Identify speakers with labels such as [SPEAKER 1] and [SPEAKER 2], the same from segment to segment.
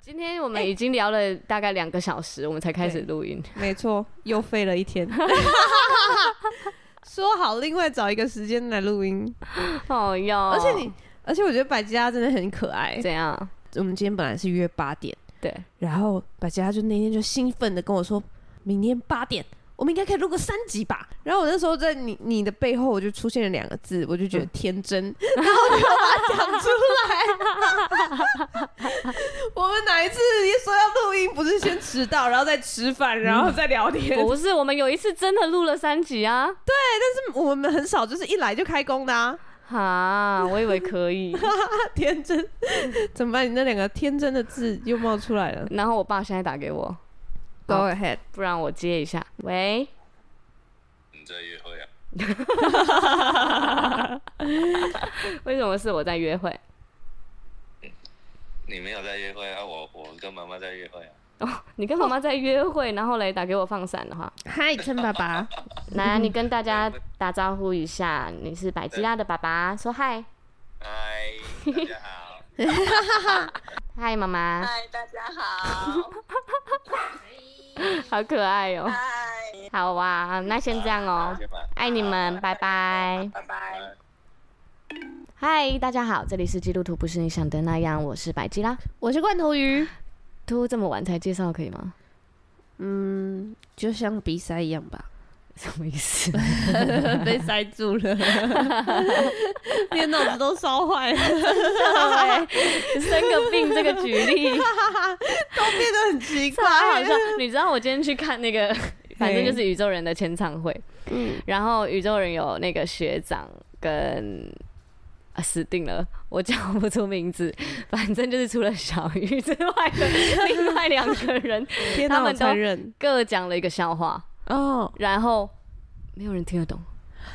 [SPEAKER 1] 今天我们已经聊了大概两个小时，我们才开始录音。
[SPEAKER 2] 没错，又废了一 天。说好另外找一个时间来录音，
[SPEAKER 1] 哦哟，
[SPEAKER 2] 而且你，哎而且我觉得百吉拉真的很可爱。
[SPEAKER 1] 怎样？
[SPEAKER 2] 我们今天本来是约八点，
[SPEAKER 1] 对，
[SPEAKER 2] 然后百吉拉就那天就兴奋的跟我说，明天八点我们应该可以录个三集吧。然后我那时候在你你的背后，我就出现了两个字，我就觉得天真， 然后我就把它讲出来。 我们哪一次也说要录音，不是先迟到，然后再吃饭，然后再聊天？
[SPEAKER 1] 不是，我们有一次真的录了三集啊！
[SPEAKER 2] 但是我们很少就是一来就开工的啊，
[SPEAKER 1] 哈，我以为可 以，
[SPEAKER 2] 天真怎么办？你那两个天真的字又冒出来了。
[SPEAKER 1] 然后我爸现在打给我，
[SPEAKER 2] Go ahead，
[SPEAKER 1] 不然我接一下。喂，
[SPEAKER 3] 你在约会啊？
[SPEAKER 1] 为什么是我在约会？
[SPEAKER 3] 你没有在约会啊？我我跟妈妈在约会啊。
[SPEAKER 1] 哦你跟妈妈在约会，然后来打给我放闪 的话，
[SPEAKER 2] 嗨，陈爸爸，
[SPEAKER 1] 来啊，你跟大家打招呼一下，你是百吉拉的爸爸，说嗨，
[SPEAKER 3] 嗨，大家好。
[SPEAKER 1] 嗨妈妈，
[SPEAKER 4] 嗨，大家 好。
[SPEAKER 1] 好可爱哦、
[SPEAKER 4] 嗨，
[SPEAKER 1] 好哇，那先 这样哦、
[SPEAKER 3] 好先吧
[SPEAKER 1] 爱你们，拜拜。
[SPEAKER 4] 拜拜。
[SPEAKER 1] 嗨，大家好，这里是基督徒不是你想的那样，我是百吉拉。
[SPEAKER 2] 我是罐头鱼。
[SPEAKER 1] 都这么晚才介绍可以吗？
[SPEAKER 2] 嗯，就像鼻塞一样吧，
[SPEAKER 1] 什么意 思？
[SPEAKER 2] 被塞住 了，连脑子都烧坏 了，
[SPEAKER 1] 生个病这个举例
[SPEAKER 2] 都变得很奇
[SPEAKER 1] 超
[SPEAKER 2] 怪。
[SPEAKER 1] 好 笑。你知道我今天去看那个， 反正就是宇宙人的签唱会，
[SPEAKER 2] 嗯，
[SPEAKER 1] 然后宇宙人有那个学长跟。啊、死定了！我叫不出名字， 反正就是除了小鱼之外的 另外两个人，
[SPEAKER 2] 天
[SPEAKER 1] 他
[SPEAKER 2] 哪，
[SPEAKER 1] 们都
[SPEAKER 2] 好残忍
[SPEAKER 1] 各讲了一个笑话，
[SPEAKER 2] 哦！
[SPEAKER 1] 然后没有人听得懂，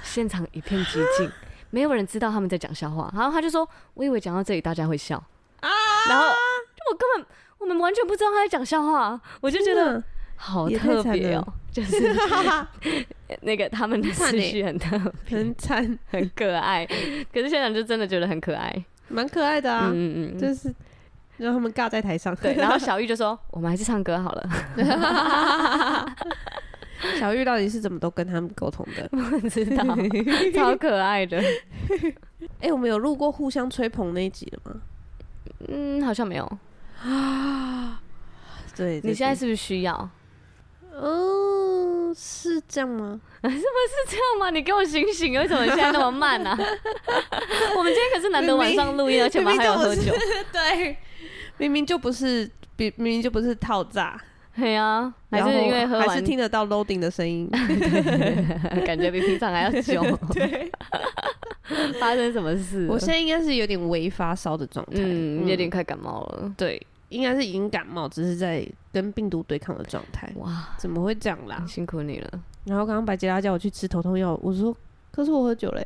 [SPEAKER 1] 现场一片寂静，没有人知道他们在讲笑话。然后他就说：“我以为讲到这里大家会笑
[SPEAKER 2] 啊
[SPEAKER 1] 然后我根本我们完全不知道他在讲笑话，我就觉得好
[SPEAKER 2] 也太
[SPEAKER 1] 特
[SPEAKER 2] 惨
[SPEAKER 1] 别
[SPEAKER 2] 了
[SPEAKER 1] 哦、 就是
[SPEAKER 2] 哈哈，
[SPEAKER 1] 那个他们的
[SPEAKER 2] 惨
[SPEAKER 1] 思
[SPEAKER 2] 欸
[SPEAKER 1] 绪很特
[SPEAKER 2] 很惨，
[SPEAKER 1] 很可爱，可是现场就真的觉得很可爱。
[SPEAKER 2] 蛮可爱的啊，
[SPEAKER 1] 嗯嗯嗯，
[SPEAKER 2] 就是让他们尬在台上。
[SPEAKER 1] 对。然后 小玉就说：“我们还是唱歌好了。
[SPEAKER 2] 小玉到底是怎么都跟他们沟通的？”
[SPEAKER 1] 不知道，超可爱的。
[SPEAKER 2] 哎、我们有录过互相吹捧那一集了吗？
[SPEAKER 1] 嗯，好像没有。
[SPEAKER 2] 对
[SPEAKER 1] 你现在是不是需要？
[SPEAKER 2] 嗯、是这样吗？
[SPEAKER 1] 是这样吗？你给我醒醒！为什么现在那么慢呢、啊？ 我们今天可是难得晚上录音，而且我们还有喝酒。
[SPEAKER 2] 对，明明就不是，明明明就不是套炸，
[SPEAKER 1] 对啊，还
[SPEAKER 2] 然后
[SPEAKER 1] 是因为喝
[SPEAKER 2] 还
[SPEAKER 1] 完
[SPEAKER 2] 是，听得到 loading 的声音。
[SPEAKER 1] 感觉比平常还要久。 发生什么事了？
[SPEAKER 2] 我现在应该是有点微发烧的状态，
[SPEAKER 1] 嗯，有点快感冒了。
[SPEAKER 2] 对，应该是已经感冒，只是在跟病毒对抗的状态。
[SPEAKER 1] 哇，
[SPEAKER 2] 怎么会这样啦？
[SPEAKER 1] 辛苦你了，
[SPEAKER 2] 然后刚刚白吉拉叫我去吃头痛药，我说可是我喝酒嘞、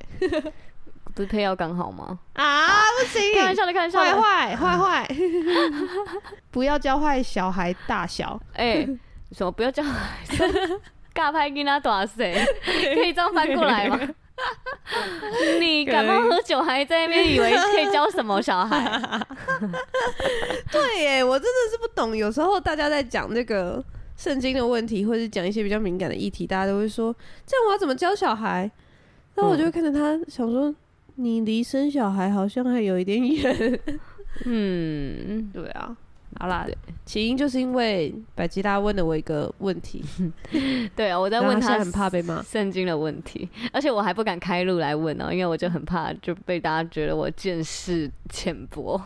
[SPEAKER 1] 不是配药刚好吗？
[SPEAKER 2] 啊，不行，
[SPEAKER 1] 开玩笑的，开玩笑
[SPEAKER 2] 坏
[SPEAKER 1] 的。
[SPEAKER 2] 坏坏坏， 不要教坏小孩大小。
[SPEAKER 1] 哎，什么不要叫 孩子尬拍给他打谁？可以这样翻过来吗？ 你感冒喝酒还在那边以为可以教什么小孩？
[SPEAKER 2] 对耶，我真的是不懂。有时候大家在讲那个圣经的问题，或是讲一些比较敏感的议题，大家都会说：“这样我要怎么教小孩？”那我就会看着他，想说：“你离生小孩好像还有一点远。
[SPEAKER 1] 嗯”，
[SPEAKER 2] 对啊，好啦，起因就是因为百吉拉问了我一个问题，
[SPEAKER 1] 对啊，我在
[SPEAKER 2] 然后
[SPEAKER 1] 问
[SPEAKER 2] 现
[SPEAKER 1] 他
[SPEAKER 2] 在很怕被骂。
[SPEAKER 1] 圣经的问题，而且我还不敢开路来问哦、因为我就很怕就被大家觉得我见识浅薄。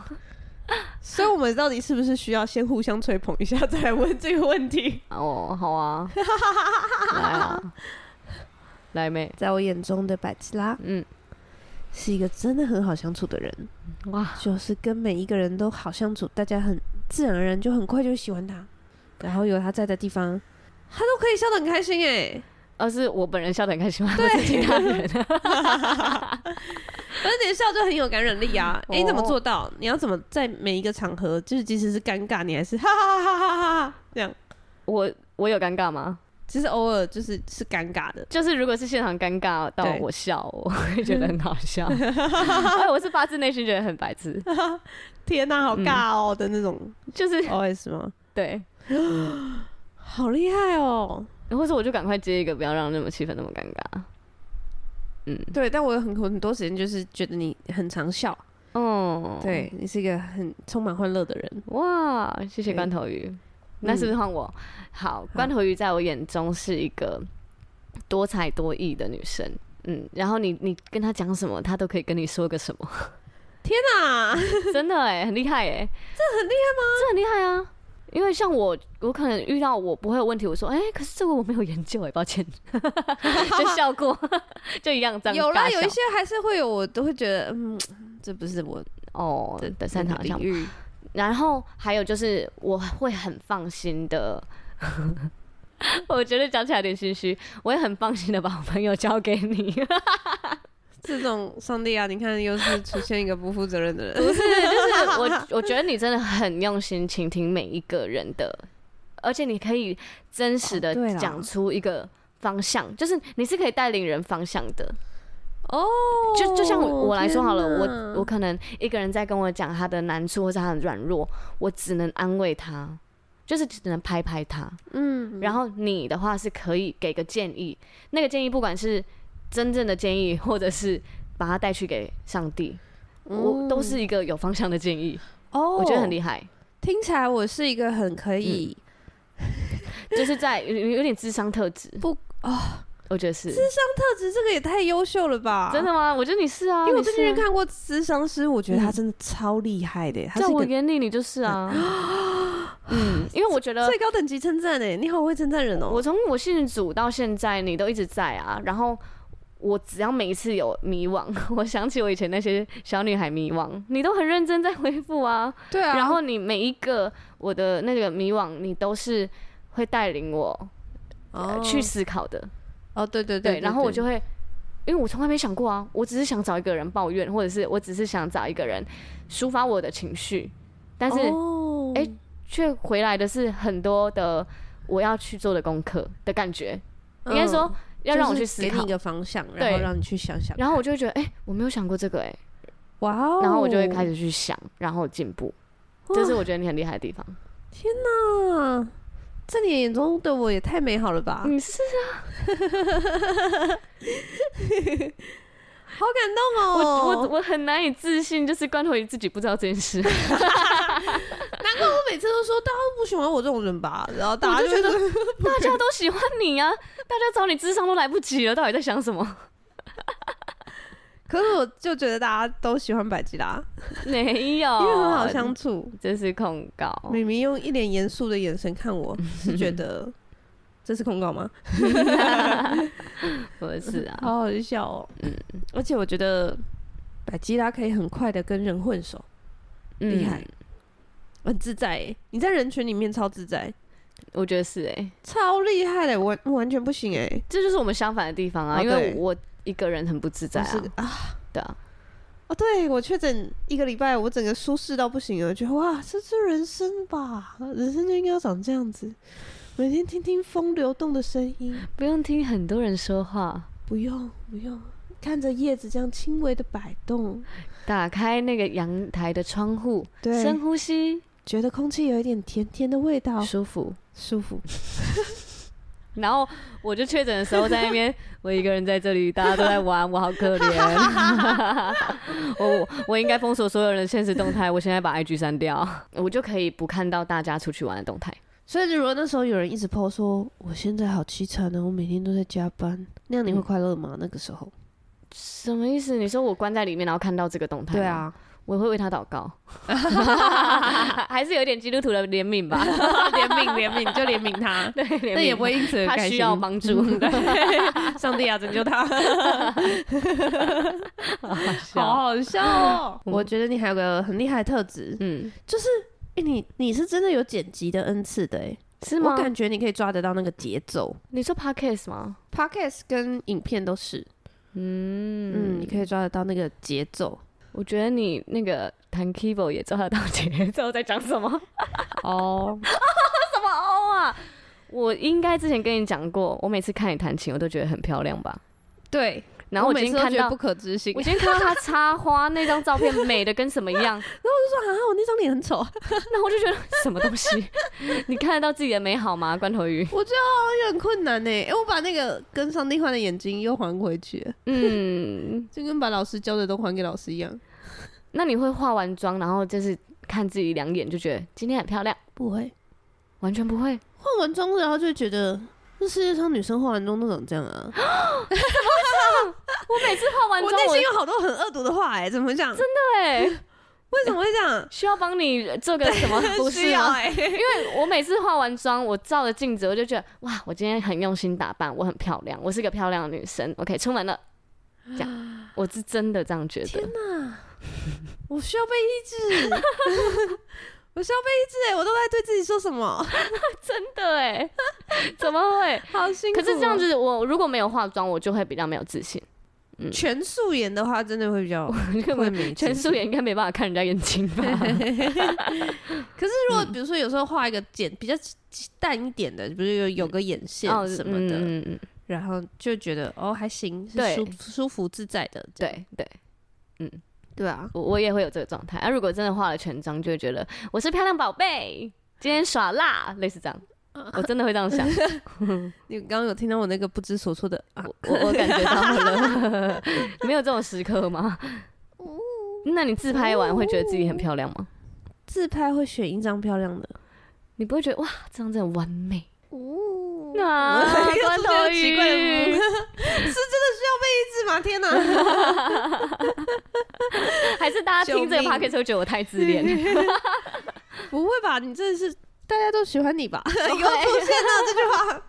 [SPEAKER 2] 所以我们到底是不是需要先互相吹捧一下，再来问这个问题？
[SPEAKER 1] 哦，好 啊，来啊，来妹，
[SPEAKER 2] 在我眼中的百吉拉
[SPEAKER 1] 嗯，
[SPEAKER 2] 是一个真的很好相处的人。
[SPEAKER 1] 哇，
[SPEAKER 2] 就是跟每一个人都好相处，大家很自然而然就很快就喜欢他，然后有他在的地方，他都可以笑得很开心哎。
[SPEAKER 1] 而哦是我本人笑得很开心吗？对，是其他人。啊
[SPEAKER 2] 而且笑就很有感染力啊！哎、
[SPEAKER 1] 哦
[SPEAKER 2] 你怎么做到？你要怎么在每一个场合，就是即使是尴尬，你还是哈哈哈哈哈哈这样？
[SPEAKER 1] 我我有尴尬吗？
[SPEAKER 2] 只是偶尔就是是尴尬的。
[SPEAKER 1] 就是如果是现场尴尬到
[SPEAKER 2] 对
[SPEAKER 1] 我笑，我会觉得很好笑。 哎，我是发自内心觉得很白痴，
[SPEAKER 2] 天哪、好尬哦、的那种
[SPEAKER 1] 就是
[SPEAKER 2] OS 吗？
[SPEAKER 1] 对，
[SPEAKER 2] 好厉害哦、
[SPEAKER 1] 或者我就赶快接一个，不要让那么气氛那么尴尬。嗯，
[SPEAKER 2] 对，但我有很很多时间就是觉得你很常笑，
[SPEAKER 1] 哦，，
[SPEAKER 2] 对你是一个很充满欢乐的人。
[SPEAKER 1] 哇，谢谢
[SPEAKER 2] 对
[SPEAKER 1] 关头鱼。那是不是换我？好，关头鱼在我眼中是一个多才多艺的女生。嗯，然后你你跟她讲什么，她都可以跟你说个什么，
[SPEAKER 2] 天哪、
[SPEAKER 1] 真的哎、很厉害哎、这很厉害吗？这很厉害啊！因为像我，我可能遇到我不会的问题，我说哎、可是这个我没有研究哎、抱歉， 就笑过， 就一样这样
[SPEAKER 2] 有啦，
[SPEAKER 1] 尬笑
[SPEAKER 2] 有一些还是会有，我都会觉得，嗯，这不是我
[SPEAKER 1] 哦
[SPEAKER 2] 的
[SPEAKER 1] 的擅长的项
[SPEAKER 2] 领
[SPEAKER 1] 目。
[SPEAKER 2] 域。
[SPEAKER 1] 然后还有就是，我会很放心的， 我觉得讲起来有点心虚，我也很放心的把我朋友交给你，
[SPEAKER 2] 这种上帝啊，你看又是出现一个 不负责任的人，
[SPEAKER 1] 不是，就是我我觉得你真的很用心倾听每一个人的，而且你可以真实
[SPEAKER 2] 哦
[SPEAKER 1] 的
[SPEAKER 2] 对啦
[SPEAKER 1] 讲出一个方向，就是你是可以带领人方向的。
[SPEAKER 2] 哦，
[SPEAKER 1] 就就像我来说好了，
[SPEAKER 2] 天哪
[SPEAKER 1] 我我可能一个人在跟我讲他的难处或者他的软弱，我只能安慰他，就是只能拍拍他。
[SPEAKER 2] 嗯，
[SPEAKER 1] 然后你的话是可以给个建议，那个建议不管是真正的建议，或者是把它带去给上帝，我都是一个有方向的建议，
[SPEAKER 2] 嗯哦，
[SPEAKER 1] 我觉得很厉害，嗯
[SPEAKER 2] 听起来我是一个很可以
[SPEAKER 1] 就是在有有点智商特质
[SPEAKER 2] 不哦
[SPEAKER 1] 啊，我觉得是
[SPEAKER 2] 特质，这个也太优秀了吧？
[SPEAKER 1] 真的，吗？我觉得你是啊，
[SPEAKER 2] 因为我
[SPEAKER 1] 你是嗯
[SPEAKER 2] 最
[SPEAKER 1] 啊
[SPEAKER 2] 近看过咨商师，我觉得他真的超厉害的，他
[SPEAKER 1] 在
[SPEAKER 2] 是一
[SPEAKER 1] 我
[SPEAKER 2] 个
[SPEAKER 1] 眼里你就是啊，嗯，因为我觉得
[SPEAKER 2] 最高等级称赞诶，欸你好会称赞人哦。
[SPEAKER 1] 我从我信主到现在，你都一直在啊。然后我只要每一次有迷惘， 我想起我以前那些小女孩迷惘，你都很认真在恢复啊。
[SPEAKER 2] 对啊，
[SPEAKER 1] 然后你每一个我的那个迷惘，你都是会带领我、呃
[SPEAKER 2] 哦
[SPEAKER 1] 去思考的。
[SPEAKER 2] 哦，对对
[SPEAKER 1] 对，然后我就
[SPEAKER 2] 会
[SPEAKER 1] 会。因为我从来没想过啊，我只是想找一个人抱怨，或者是我只是想找一个人抒发我的情绪，但是
[SPEAKER 2] 哦
[SPEAKER 1] 哎却回来的是很多的我要去做的功课的感觉。应该说要让我去思
[SPEAKER 2] 嗯就是给
[SPEAKER 1] 考
[SPEAKER 2] 你一，个方向，然后
[SPEAKER 1] 对
[SPEAKER 2] 让你去想想看。
[SPEAKER 1] 然后我就会觉得，哎、我没有想过这个、哎，
[SPEAKER 2] 哇哦，
[SPEAKER 1] 然后我就会开始去想，然后进步，
[SPEAKER 2] 哇，
[SPEAKER 1] 这是我觉得你很厉害的地方。
[SPEAKER 2] 啊，在你眼中的我也太美好了吧？
[SPEAKER 1] 你是
[SPEAKER 2] 好感动
[SPEAKER 1] 我
[SPEAKER 2] 哦！
[SPEAKER 1] 我我很难以置信，就是关头鱼自己不知道这件事，
[SPEAKER 2] 难怪我每次都说大家都不喜欢我这种人吧，然后大家
[SPEAKER 1] 我就觉
[SPEAKER 2] 会说
[SPEAKER 1] 大家都喜欢你啊，大家找你智商都来不及了，到底在想什么？
[SPEAKER 2] 可是我就觉得大家都喜欢百吉拉，
[SPEAKER 1] 没有，
[SPEAKER 2] 因为很好相处。
[SPEAKER 1] 这是控告，
[SPEAKER 2] 米米用一脸严肃的眼神看我，是觉得这是控告吗？
[SPEAKER 1] 不是啊，
[SPEAKER 2] 好好笑哦。而且我觉得百吉拉可以很快的跟人混熟，
[SPEAKER 1] 嗯
[SPEAKER 2] 厉害，很自在耶。你在人群里面超自在，
[SPEAKER 1] 我觉得是哎、
[SPEAKER 2] 超厉害的，完完全不行哎。
[SPEAKER 1] 这就是我们相反的地方啊，
[SPEAKER 2] 哦
[SPEAKER 1] 因为
[SPEAKER 2] 对
[SPEAKER 1] 我一个人很不自在啊
[SPEAKER 2] 我，是啊。
[SPEAKER 1] 对啊，
[SPEAKER 2] 哦，对我确诊一个礼拜，我整个舒适到不行了，觉得哇，这是人生吧，人生就应该要长这样子，每天听听风流动的声音，
[SPEAKER 1] 不用听很多人说话，
[SPEAKER 2] 不用不用，看着叶子这样轻微的摆动，
[SPEAKER 1] 打开那个阳台的窗户，
[SPEAKER 2] 对
[SPEAKER 1] 深呼吸，
[SPEAKER 2] 觉得空气有一点甜甜的味道，
[SPEAKER 1] 舒服。
[SPEAKER 2] 舒服。
[SPEAKER 1] 然后我就确诊的时候在那 边，我一个人在这里，大家都在玩，我好可怜。 我我应该封锁所有人的现实动态，我现在把 IG 删掉，我就可以不看到大家出去玩的动态。
[SPEAKER 2] 所以如果那时候有人一直 PO 说我现在好凄惨呢，我每天都在加班，那样你会
[SPEAKER 1] 嗯
[SPEAKER 2] 快乐吗？那个时候？
[SPEAKER 1] 什么意思？你说我关在里面，然后看到这个动态？，，
[SPEAKER 2] 啊
[SPEAKER 1] 我会为他祷 告，还是有点基督徒的怜悯 吧？
[SPEAKER 2] 怜悯怜悯就怜悯 他，
[SPEAKER 1] 对，怜悯
[SPEAKER 2] 但也不会因此而
[SPEAKER 1] 他
[SPEAKER 2] 开
[SPEAKER 1] 需
[SPEAKER 2] 心
[SPEAKER 1] 要帮 助，
[SPEAKER 2] 上帝啊，拯救他！ 好
[SPEAKER 1] 好，
[SPEAKER 2] 好笑哦！我觉得你还有个很厉害的特质，
[SPEAKER 1] 嗯，
[SPEAKER 2] 就是哎、你你是真的有剪辑的恩赐的哎、
[SPEAKER 1] 是
[SPEAKER 2] 我
[SPEAKER 1] 吗？
[SPEAKER 2] 感觉你可以抓得到那个节奏。
[SPEAKER 1] 你说 podcast 吗？
[SPEAKER 2] Podcast 跟影片都是，嗯，
[SPEAKER 1] 嗯
[SPEAKER 2] 你可以抓得到那个节奏。
[SPEAKER 1] 我觉得你那个弹 keyboard 也抓得到节奏，在讲什么？
[SPEAKER 2] 哦，
[SPEAKER 1] 什么哦啊？我应该之前跟你讲过，我每次看你弹琴，我都觉得很漂亮吧。
[SPEAKER 2] 对，
[SPEAKER 1] 然后
[SPEAKER 2] 我
[SPEAKER 1] 今
[SPEAKER 2] 每
[SPEAKER 1] 天
[SPEAKER 2] 次都
[SPEAKER 1] 看
[SPEAKER 2] 觉得
[SPEAKER 1] 到
[SPEAKER 2] 不，可 置信。
[SPEAKER 1] 我
[SPEAKER 2] 我
[SPEAKER 1] 今天看到她插花那张照片，美的跟什么一 样？
[SPEAKER 2] 说啊，我那张脸很丑，
[SPEAKER 1] 那我就觉得什么东西？ 你看得到自己的美好吗？关头鱼，
[SPEAKER 2] 我觉得好像有点困难呢。哎，我把那个跟上帝换的眼睛又还回去了，
[SPEAKER 1] 嗯，
[SPEAKER 2] 就跟把老师教的都还给老师一样。
[SPEAKER 1] 那你会化完妆，然后就是看自己两眼，就觉得今天很漂亮？
[SPEAKER 2] 不会
[SPEAKER 1] 完全不会，
[SPEAKER 2] 化完妆，然后就觉得这世界上女生化完妆都长这样啊。
[SPEAKER 1] 我每次化完
[SPEAKER 2] 我
[SPEAKER 1] 妆，
[SPEAKER 2] 内
[SPEAKER 1] 我
[SPEAKER 2] 心有好多很恶毒的话哎，怎么讲？
[SPEAKER 1] 对
[SPEAKER 2] 为什么会这 样？
[SPEAKER 1] 需要帮你做个什么不
[SPEAKER 2] 需
[SPEAKER 1] 是
[SPEAKER 2] 要
[SPEAKER 1] 吗？
[SPEAKER 2] 哎，
[SPEAKER 1] 因为我每次化完妆，我照着镜子，我就觉得哇，我今天很用心打扮，我很漂亮，我是个漂亮的女生。OK，出门了，这样，我是真的这样觉得
[SPEAKER 2] 天。哪， 我需要被医治， 我需要被医治哎！我都在对自己说什么？
[SPEAKER 1] 真的哎，怎么会？
[SPEAKER 2] 好辛苦
[SPEAKER 1] 可
[SPEAKER 2] 哦。
[SPEAKER 1] 是这样子，我如果没有化妆，我就会比较没有自信。
[SPEAKER 2] 全素颜的话，真的会比较会没
[SPEAKER 1] 全
[SPEAKER 2] 自
[SPEAKER 1] 素
[SPEAKER 2] 信。
[SPEAKER 1] 颜应该没办法看人家眼睛吧？
[SPEAKER 2] 可是如果比如说有时候画一个简比较淡一点的，比如有有个眼 线
[SPEAKER 1] 哦
[SPEAKER 2] 什么的，
[SPEAKER 1] 嗯嗯嗯，
[SPEAKER 2] 然后就觉得哦还行，是
[SPEAKER 1] 对
[SPEAKER 2] 舒舒服自在的。这样
[SPEAKER 1] 对对，
[SPEAKER 2] 对啊，
[SPEAKER 1] 我我也会有这个状态。啊，如果真的化了全妆，就会觉得我是漂亮宝贝，今天耍辣，类似这 样。我真的会这样想，
[SPEAKER 2] 你刚刚有听到我那个不知所措的啊？
[SPEAKER 1] 我我感觉到 了，没有这种时刻吗？那你自拍完会觉得自己很漂亮吗？
[SPEAKER 2] 自拍会选一张漂亮的。
[SPEAKER 1] 你不会觉得哇，这样真的完美？
[SPEAKER 2] 哦，
[SPEAKER 1] 那啊关头
[SPEAKER 2] 奇怪的
[SPEAKER 1] 鱼
[SPEAKER 2] 目 是真的需要被医治吗？天哪！
[SPEAKER 1] 还是大家听这个
[SPEAKER 2] 救
[SPEAKER 1] p o
[SPEAKER 2] 命
[SPEAKER 1] d c a s 会觉得我太自 恋？
[SPEAKER 2] 不会吧？你真的是大家都喜欢你吧？有 出现了这句话。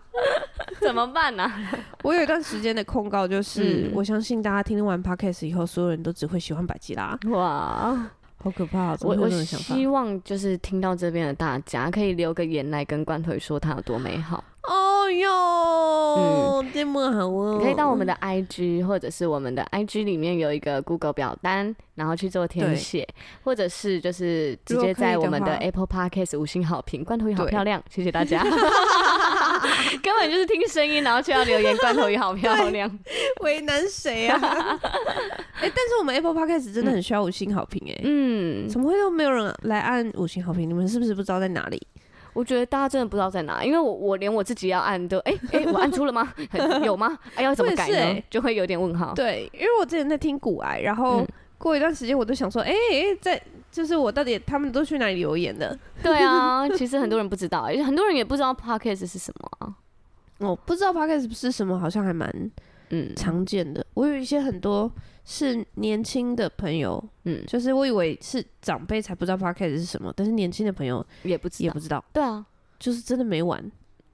[SPEAKER 1] 怎么办啊呢、
[SPEAKER 2] 我有一段时间的控告就是，
[SPEAKER 1] 嗯
[SPEAKER 2] 我相信大家听完 podcast 以后，所有人都只会喜欢百吉拉，
[SPEAKER 1] 哇，
[SPEAKER 2] 好可怕、怎
[SPEAKER 1] 我
[SPEAKER 2] 么会有
[SPEAKER 1] 我
[SPEAKER 2] 这种想法？
[SPEAKER 1] 希望就是听到这边的大家可以留个言来跟关头鱼说它有多美好。
[SPEAKER 2] 哦哟，这么好哦！
[SPEAKER 1] 你可以到我们的 IG 或者是我们的 IG 里面有一个 Google 表单，然后去做填写，或者是就是直接在我们
[SPEAKER 2] 如果
[SPEAKER 1] 的
[SPEAKER 2] 可以的
[SPEAKER 1] Apple Podcast 五星好评，罐头鱼好
[SPEAKER 2] 对
[SPEAKER 1] 漂亮，谢谢大家。 根本就是听声音，然后就要留言，罐头鱼好漂 亮。
[SPEAKER 2] 为难谁 啊？哎、但是我们 Apple Podcast 真的很需要五星好评哎、
[SPEAKER 1] 嗯，
[SPEAKER 2] 怎么会都没有人来按五星好评？你们是不是不知道在哪里？
[SPEAKER 1] 我觉得大家真的不知道在哪，因为我我连我自己要按都，哎、哎、我按出了吗？ 有吗？哎、要怎么改
[SPEAKER 2] 我
[SPEAKER 1] 呢？
[SPEAKER 2] 也是欸
[SPEAKER 1] 就会有点问号。
[SPEAKER 2] 对，因为我之前在听古癌，然后
[SPEAKER 1] 嗯
[SPEAKER 2] 过一段时间我都想说，哎、哎在就是我到底他们都去哪里留言的？
[SPEAKER 1] 对啊，其实很多人不知道，而且很多人也不知道 podcast 是什么啊。
[SPEAKER 2] 我不知道 podcast 是什么，好像还蛮
[SPEAKER 1] 嗯
[SPEAKER 2] 常见的。我有一些很多是年轻的朋友，
[SPEAKER 1] 嗯，
[SPEAKER 2] 就是我以为是长辈才不知道 podcast 是什么，但是年轻的朋友
[SPEAKER 1] 也不知
[SPEAKER 2] 也
[SPEAKER 1] 道。
[SPEAKER 2] 不知道，
[SPEAKER 1] 对啊，
[SPEAKER 2] 就是真的没玩，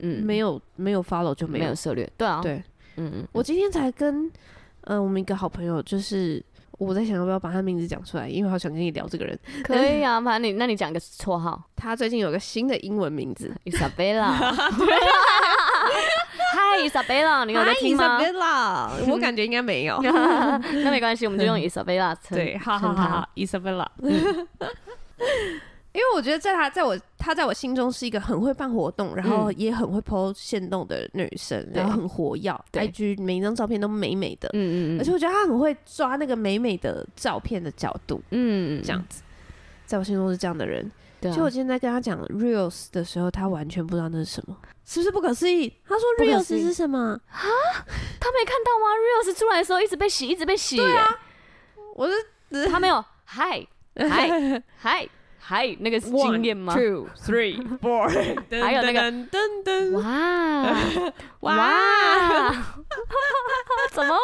[SPEAKER 1] 嗯，
[SPEAKER 2] 没有没有 follow 就没
[SPEAKER 1] 没
[SPEAKER 2] 有。
[SPEAKER 1] 有策略。对啊，，
[SPEAKER 2] 对
[SPEAKER 1] 嗯 嗯，
[SPEAKER 2] 我今天才跟嗯、呃我们一个好朋友，就是我在想要不要把他名字讲出来，因为好想跟你聊这个人。
[SPEAKER 1] 可以啊，反正你那你讲个绰 号
[SPEAKER 2] 他最近有个新的英文名字，
[SPEAKER 1] ，Isabella。嗨，Isabella，你有在听吗？。
[SPEAKER 2] Isabella，我感觉应该没有
[SPEAKER 1] 那没关系，我们就 用 Isabella 称。
[SPEAKER 2] 对，哈哈
[SPEAKER 1] 称
[SPEAKER 2] 哈
[SPEAKER 1] 他
[SPEAKER 2] 哈，Isabella。因为我觉得在她在我她在我心中是一个很会办活动，然后也很会 PO 线动的女生，
[SPEAKER 1] 嗯对
[SPEAKER 2] 然后很活跃
[SPEAKER 1] 对
[SPEAKER 2] ，IG 每一张照片都美美的，
[SPEAKER 1] 嗯嗯嗯，
[SPEAKER 2] 而且我觉得她很会抓那个美美的照片的角度，
[SPEAKER 1] 嗯嗯
[SPEAKER 2] 这样子，在我心中是这样的人。
[SPEAKER 1] 对啊
[SPEAKER 2] 就我今天在跟她讲 Reels 的时候，她完全不知道那是什么，是不是不可思议？她说
[SPEAKER 1] 不可
[SPEAKER 2] Reels
[SPEAKER 1] 思议
[SPEAKER 2] 是什么？
[SPEAKER 1] 他没看到吗？Reels 出来的时候一直被洗，一直被洗。对啊，
[SPEAKER 2] 我是
[SPEAKER 1] 他没有 嗨嗨嗨嗨那个是经验吗？
[SPEAKER 2] Two, three, four，
[SPEAKER 1] 还有那个
[SPEAKER 2] 噔噔噔
[SPEAKER 1] 哇
[SPEAKER 2] 哇
[SPEAKER 1] 哇！ 怎么会？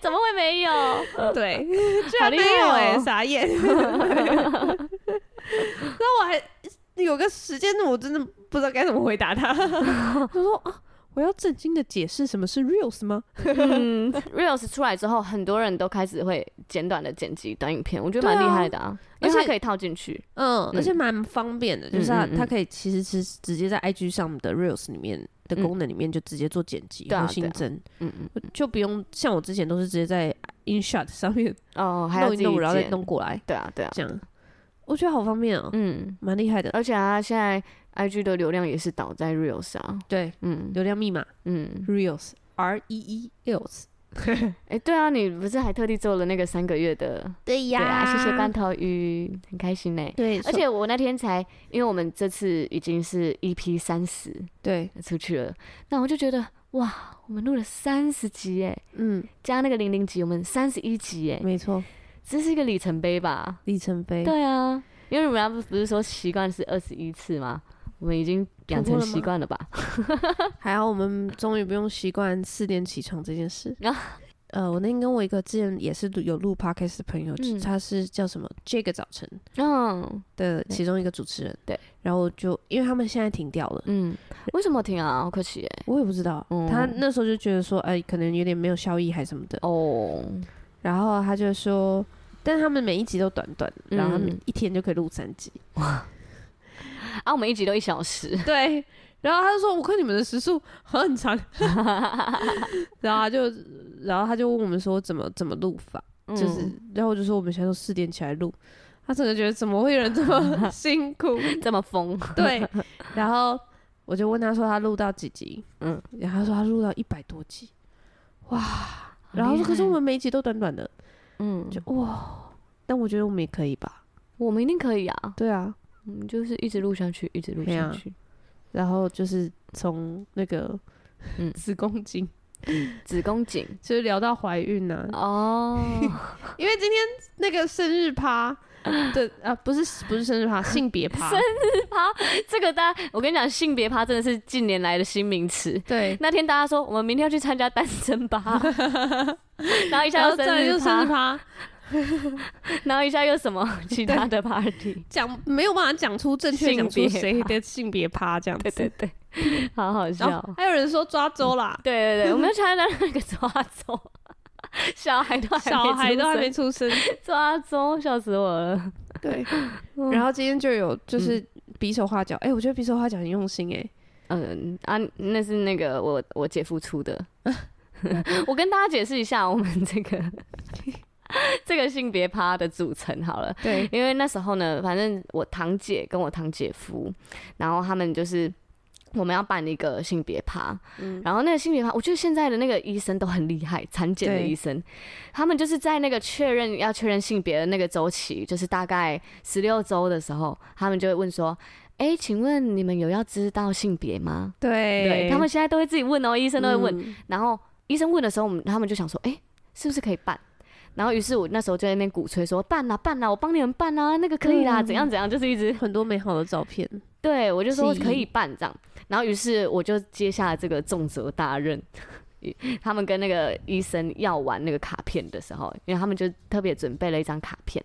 [SPEAKER 1] 怎么会没有？
[SPEAKER 2] 对，居
[SPEAKER 1] 好
[SPEAKER 2] 然
[SPEAKER 1] 厉
[SPEAKER 2] 没
[SPEAKER 1] 害
[SPEAKER 2] 有
[SPEAKER 1] 哦
[SPEAKER 2] 哎、傻眼。 那我还有个时间，我真的不知道该怎么回答 他。我说啊，我要震惊的解释什么是 reels 吗？
[SPEAKER 1] 嗯，Reels 出来之后，很多人都开始会简短的剪辑短影片，我觉得蛮
[SPEAKER 2] 对
[SPEAKER 1] 厉
[SPEAKER 2] 啊
[SPEAKER 1] 害的啊，
[SPEAKER 2] 而
[SPEAKER 1] 因为它
[SPEAKER 2] 且
[SPEAKER 1] 可以套进去。
[SPEAKER 2] 嗯，而且
[SPEAKER 1] 嗯
[SPEAKER 2] 蛮方便的，就是它
[SPEAKER 1] 嗯嗯嗯
[SPEAKER 2] 它可以其实是直接在 IG 上的 reels 里面的功能里面就直接做剪辑
[SPEAKER 1] 对啊对啊
[SPEAKER 2] 和新增，
[SPEAKER 1] 嗯嗯，
[SPEAKER 2] 就不用像我之前都是直接在 InShot 上面
[SPEAKER 1] 哦，还要
[SPEAKER 2] 弄
[SPEAKER 1] 自己
[SPEAKER 2] 一弄，然后再
[SPEAKER 1] 剪
[SPEAKER 2] 弄过来
[SPEAKER 1] 对啊，对啊，
[SPEAKER 2] 这样，我觉得好方便哦、
[SPEAKER 1] 嗯，
[SPEAKER 2] 蛮厉害的。
[SPEAKER 1] 而且啊，现在 IG 的流量也是倒在 Reels 啊，
[SPEAKER 2] 对，
[SPEAKER 1] 嗯
[SPEAKER 2] 流量密码
[SPEAKER 1] 嗯，
[SPEAKER 2] reels r e e ls。
[SPEAKER 1] 哎、对啊，你不是还特地做了那个三个月的？
[SPEAKER 2] 对
[SPEAKER 1] 对啊，谢谢半头鱼，很开心呢、
[SPEAKER 2] 对，
[SPEAKER 1] 而且我那天才，因为我们这次已经是 EP 三十
[SPEAKER 2] 对，
[SPEAKER 1] 出去了，那我就觉得哇，我们录了三十集哎，
[SPEAKER 2] 嗯，
[SPEAKER 1] 加那个零零集，我们三十一集哎，
[SPEAKER 2] 没错，
[SPEAKER 1] 这是一个里程碑吧？
[SPEAKER 2] 里程碑。
[SPEAKER 1] 对啊，因为人家不不是说习惯是二十一次吗？我们已经养
[SPEAKER 2] 突
[SPEAKER 1] 成
[SPEAKER 2] 破了吗
[SPEAKER 1] 习惯了吧？
[SPEAKER 2] 还好我们终于不用习惯四点起床这件事。
[SPEAKER 1] 啊
[SPEAKER 2] 呃，我那天跟我一个之前也是录有录 podcast 的朋友，
[SPEAKER 1] 嗯
[SPEAKER 2] 他是叫什么 Jake 早晨
[SPEAKER 1] 嗯
[SPEAKER 2] 的其中一个主持人，
[SPEAKER 1] 对。
[SPEAKER 2] 然后就因为他们现在停掉了，
[SPEAKER 1] 嗯，为什么停啊？好可惜哎、
[SPEAKER 2] 我也不知道，
[SPEAKER 1] 嗯
[SPEAKER 2] 他那时候就觉得说，哎、可能有点没有效益还什么的。
[SPEAKER 1] 哦，
[SPEAKER 2] 然后他就说，但他们每一集都短短，
[SPEAKER 1] 嗯
[SPEAKER 2] 然后他们一天就可以录三集。
[SPEAKER 1] 啊，我们一集都一小时，
[SPEAKER 2] 对，然后他就说，我看你们的时速 很长，然后他就，然后他就问我们说怎么怎么录法，就是，
[SPEAKER 1] 嗯
[SPEAKER 2] 然后我就说我们现在都四点起来录，他整个觉得怎么会有人 这么辛苦？
[SPEAKER 1] 这么疯，
[SPEAKER 2] 对，然后我就问他说他录到几集，嗯
[SPEAKER 1] 嗯，
[SPEAKER 2] 然后他说他录到一百多集，哇，然后
[SPEAKER 1] 厉
[SPEAKER 2] 说可是
[SPEAKER 1] 害
[SPEAKER 2] 我们每一集都短短的，
[SPEAKER 1] 嗯，
[SPEAKER 2] 就哇，但我觉得我们也可以吧，
[SPEAKER 1] 我们一定可以啊，
[SPEAKER 2] 对啊，
[SPEAKER 1] 我们就是一直录下去，一直录
[SPEAKER 2] 对啊
[SPEAKER 1] 下去，
[SPEAKER 2] 然后就是从那个
[SPEAKER 1] 嗯
[SPEAKER 2] 子宫颈，
[SPEAKER 1] 子宫颈
[SPEAKER 2] 就是聊到怀孕啊呐、
[SPEAKER 1] 哦，
[SPEAKER 2] 因为今天那个生日趴的啊，不是不是生日 趴，性别趴，
[SPEAKER 1] 这个大家，我跟你讲，性别趴真的是近年来的新名词。
[SPEAKER 2] 对，
[SPEAKER 1] 那天大家说，我们明天要去参加单身趴，然后 一下
[SPEAKER 2] 然
[SPEAKER 1] 又
[SPEAKER 2] 后再
[SPEAKER 1] 生
[SPEAKER 2] 来就
[SPEAKER 1] 日
[SPEAKER 2] 是生日
[SPEAKER 1] 趴，
[SPEAKER 2] 趴，
[SPEAKER 1] 然后一下又什么 其他的 party，
[SPEAKER 2] 讲没有办法讲出正确讲出
[SPEAKER 1] 性别
[SPEAKER 2] 谁的性别趴这样子，
[SPEAKER 1] 对对对， 好好
[SPEAKER 2] 然
[SPEAKER 1] 笑
[SPEAKER 2] 后。还有人说抓周啦，
[SPEAKER 1] 对 对对，我们要参加那个抓 周，小孩都嗯还没
[SPEAKER 2] 小孩
[SPEAKER 1] 出
[SPEAKER 2] 都还
[SPEAKER 1] 生
[SPEAKER 2] 没出生，
[SPEAKER 1] 抓周，笑死我了。
[SPEAKER 2] 对，
[SPEAKER 1] 嗯
[SPEAKER 2] 然后今天就有就是比手画脚，哎，我觉得比手画脚很用心哎，
[SPEAKER 1] 嗯啊，那是那个我我姐夫出的。 我跟大家解释一下我们这个 这个性别趴的组成好了，
[SPEAKER 2] 对，
[SPEAKER 1] 因为那时候呢，反正我堂姐跟我堂姐夫，然后他们就是。我们要办一个性别趴，
[SPEAKER 2] 嗯
[SPEAKER 1] 然后那个性别趴，我觉得现在的那个医生都很厉害，产检的
[SPEAKER 2] 对
[SPEAKER 1] 医生，他们就是在那个确认要确认性别的那个周期，就是大概十六周的时候，他们就会问说：“哎、请问你们有要知道性别吗？”
[SPEAKER 2] 对
[SPEAKER 1] 对他们现在都会自己问哦，医生都会问。
[SPEAKER 2] 嗯
[SPEAKER 1] 然后医生问的时候，我们他们就想说，哎、是不是可以办？然后于是我那时候就在那边鼓吹说，办啦、办啦、啊我帮你们办啦、那个可以啦，
[SPEAKER 2] 嗯
[SPEAKER 1] 怎样怎样，就是一直
[SPEAKER 2] 很多美好的照片，
[SPEAKER 1] 对我就说
[SPEAKER 2] 是
[SPEAKER 1] 可以办这样。然后于是我就接下了这个重责大任。 他们跟那个医生要完那个卡片的时候，因为他们就特别准备了一张卡片，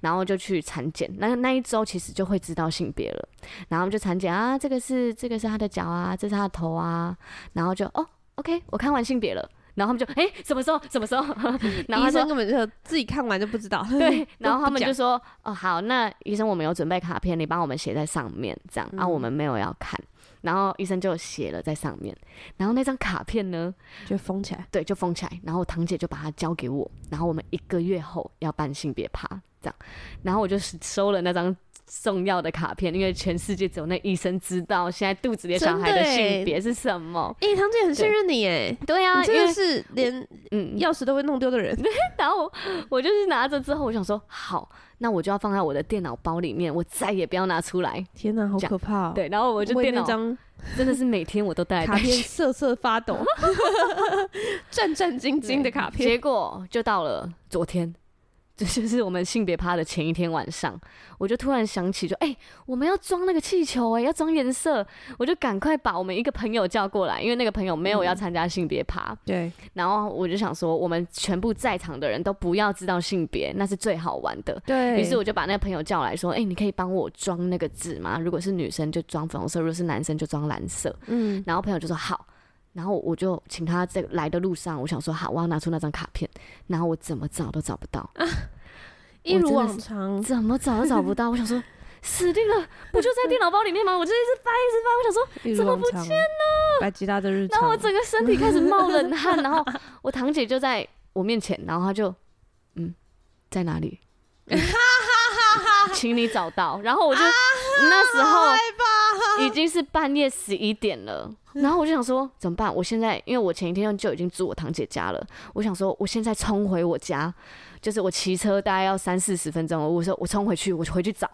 [SPEAKER 1] 然后就去产检。那那一周其实就会知道性别了，然后我们就产检啊，这个是这个是他的脚啊，这是他的头啊，然后就哦，OK，我看完性别了。然后他们就哎、什么时候什么时候？ 然后他说
[SPEAKER 2] 医生根本就自己看完就不知道，
[SPEAKER 1] 对，然
[SPEAKER 2] 都
[SPEAKER 1] 后
[SPEAKER 2] 不
[SPEAKER 1] 他们就
[SPEAKER 2] 讲
[SPEAKER 1] 说：“哦，好，那医生，我们有准备卡片，你帮我们写在上面，这样啊，我们没有要看。”然后医生就写了在上面，然后那张卡片呢，
[SPEAKER 2] 就封起来，
[SPEAKER 1] 对，就封起来，然后堂姐就把它交给我，然后我们一个月后要办性别趴，这样，然后我就是收了那张重要的卡片，因为全世界只有那医生知道现在肚子里的小
[SPEAKER 2] 真
[SPEAKER 1] 孩
[SPEAKER 2] 的
[SPEAKER 1] 的
[SPEAKER 2] 欸
[SPEAKER 1] 性别是什么。
[SPEAKER 2] 哎，堂姐很信任你哎，
[SPEAKER 1] 对啊，
[SPEAKER 2] 你
[SPEAKER 1] 因
[SPEAKER 2] 真的
[SPEAKER 1] 为
[SPEAKER 2] 是连
[SPEAKER 1] 嗯，
[SPEAKER 2] 钥匙都会弄丢的人，
[SPEAKER 1] 然后我就是拿着之后，我想说，好，那我就要放在我的电脑包里面，我再也不要拿出来。
[SPEAKER 2] 天哪，好
[SPEAKER 1] 这样
[SPEAKER 2] 可怕哦！，
[SPEAKER 1] 对，然后我就
[SPEAKER 2] 为
[SPEAKER 1] 电
[SPEAKER 2] 那
[SPEAKER 1] 脑
[SPEAKER 2] 张
[SPEAKER 1] 真的是每天我都带来
[SPEAKER 2] 卡
[SPEAKER 1] 带去
[SPEAKER 2] 片瑟瑟发 抖，战战兢兢的卡片，
[SPEAKER 1] 结果就到了昨天，这就是我们性别趴的前一天晚上，我就突然想起就，哎，我们要装那个气球、哎，要装颜色，我就赶快把我们一个朋友叫过来，因为那个朋友没有
[SPEAKER 2] 嗯
[SPEAKER 1] 要参加性别趴，
[SPEAKER 2] 对，
[SPEAKER 1] 然后我就想说，我们全部在场的人都不要知道性别，那是最好玩的。
[SPEAKER 2] 对
[SPEAKER 1] 于是我就把那个朋友叫来说：“哎、你可以帮我装那个纸吗？如果是女生就装粉红色，如果是男生就装蓝色。”
[SPEAKER 2] 嗯，
[SPEAKER 1] 然后朋友就说好，然后我就请他在来的路上，我想说好，我要拿出那张卡片，然后我怎么找都找不到，
[SPEAKER 2] 一如往常，
[SPEAKER 1] 怎么找都找不到，我想说。死定了！不就在电脑包里面吗？我真的是翻一直翻，我想说，
[SPEAKER 2] 一如往常，百吉拉的日
[SPEAKER 1] 然后我
[SPEAKER 2] 常，
[SPEAKER 1] 整个身体开始冒冷汗，然后我堂姐就在我面前，然后她就，嗯，在哪里？嗯请你找到。然后我就那时候，已经是半夜十一点了，然后我就想说怎么办？我现在因为我前一天就已经住我堂姐家了，我想说我现在冲回我家，就是我骑车大概要三四十分钟，我说我冲回去，我回去找。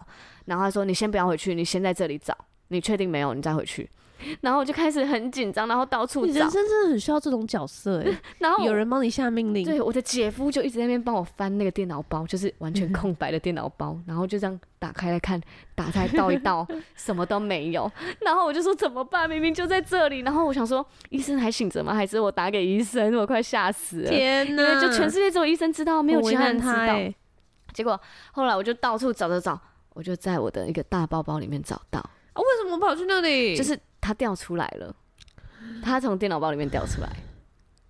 [SPEAKER 1] 然后他说你先不要回去，你先在这里找，你确定没有，你再回去。 然后我就开始很紧张，然后到处
[SPEAKER 2] 你
[SPEAKER 1] 找
[SPEAKER 2] 人，生真的很需要这种角色 哎、
[SPEAKER 1] 然后
[SPEAKER 2] 有人帮你下命令，
[SPEAKER 1] 对，我的姐夫就一直在那边帮我翻那个电脑包，就是完
[SPEAKER 2] 嗯
[SPEAKER 1] 全空白的电脑包，然后就这样打开来看，打开倒一 倒，什么都没有。然后我就说怎么办？明明就在这里。然后我想说，医生还醒着吗？还是我打给医生？我快吓死了。
[SPEAKER 2] 天
[SPEAKER 1] 因为
[SPEAKER 2] 哪，
[SPEAKER 1] 就全世界只有医生知道，没有
[SPEAKER 2] 很为
[SPEAKER 1] 其他
[SPEAKER 2] 难
[SPEAKER 1] 人知
[SPEAKER 2] 他
[SPEAKER 1] 道。
[SPEAKER 2] 哎
[SPEAKER 1] 结果后来我就到处找找找，我就在我的一个大包包里面找到，
[SPEAKER 2] 啊，为什么我跑去那里？
[SPEAKER 1] 就是它掉出来了，它从电脑包里面掉出来。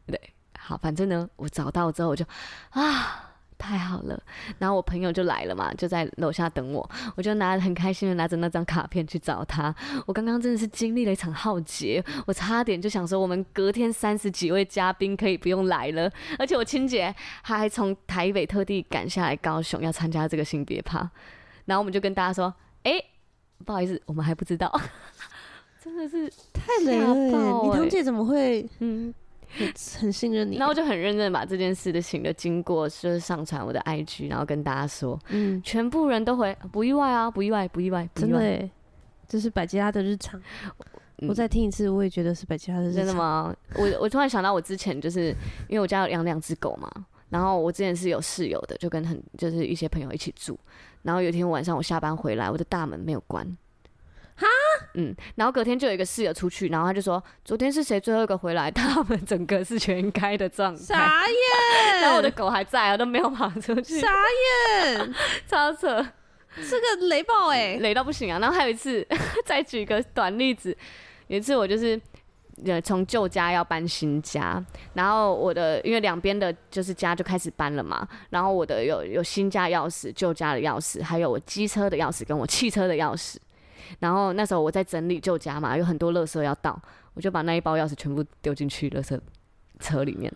[SPEAKER 1] 对，好，反正呢，我找到之后我就啊。太好了，然后我朋友就来了嘛，就在楼下等我，我就拿很开心的拿着那张卡片去找他。我刚刚真的是经历了一场浩劫，我差点就想说我们隔天三十几位嘉宾可以不用来了，而且我亲姐她还从台北特地赶下来高雄要参加这个性别趴，然后我们就跟大家说，哎、不好意思，我们还不知道， 真的是
[SPEAKER 2] 太雷了、
[SPEAKER 1] 吓
[SPEAKER 2] 哎
[SPEAKER 1] 爆
[SPEAKER 2] 你
[SPEAKER 1] 哎
[SPEAKER 2] 堂姐怎么会
[SPEAKER 1] 嗯，
[SPEAKER 2] 很很信任你？
[SPEAKER 1] 然后我就很认真地把这件事的情的经过，就是上传我的 IG，然后跟大家说，
[SPEAKER 2] 嗯，
[SPEAKER 1] 全部人都回不意外啊，不意外，不意外，不
[SPEAKER 2] 真
[SPEAKER 1] 意
[SPEAKER 2] 的
[SPEAKER 1] 外，
[SPEAKER 2] 哎、这是百吉拉的日常。
[SPEAKER 1] 嗯
[SPEAKER 2] 我再听一次，我也觉得是百吉拉的日
[SPEAKER 1] 真
[SPEAKER 2] 常。
[SPEAKER 1] 的？吗？我我突然想到，我之前就是因为我家有养两只狗嘛，然后我之前是有室友的，就跟很就是一些朋友一起住，然后有一天晚上我下班回来，我的大门没有关。
[SPEAKER 2] 哈，
[SPEAKER 1] 嗯，然后隔天就有一个室友出去，然后他就说昨天是谁最后一个回来，他们整个是全开的状态，
[SPEAKER 2] 傻眼，
[SPEAKER 1] 然后我的狗还在啊，都没有跑出去，
[SPEAKER 2] 傻 眼，
[SPEAKER 1] 超扯。
[SPEAKER 2] 这个雷暴哎、
[SPEAKER 1] 累到不行啊！然后还有一次， 再举一个短例子，有一次我就是呃从旧家要搬新家，然后我的因为两边的就是家就开始搬了嘛，然后我的有有新家钥匙、旧家的钥匙，还有我机车的钥匙跟我汽车的钥匙。然后那时候我在整理旧家嘛，有很多垃圾要倒，我就把那一包钥匙全部丢进去垃圾车里面。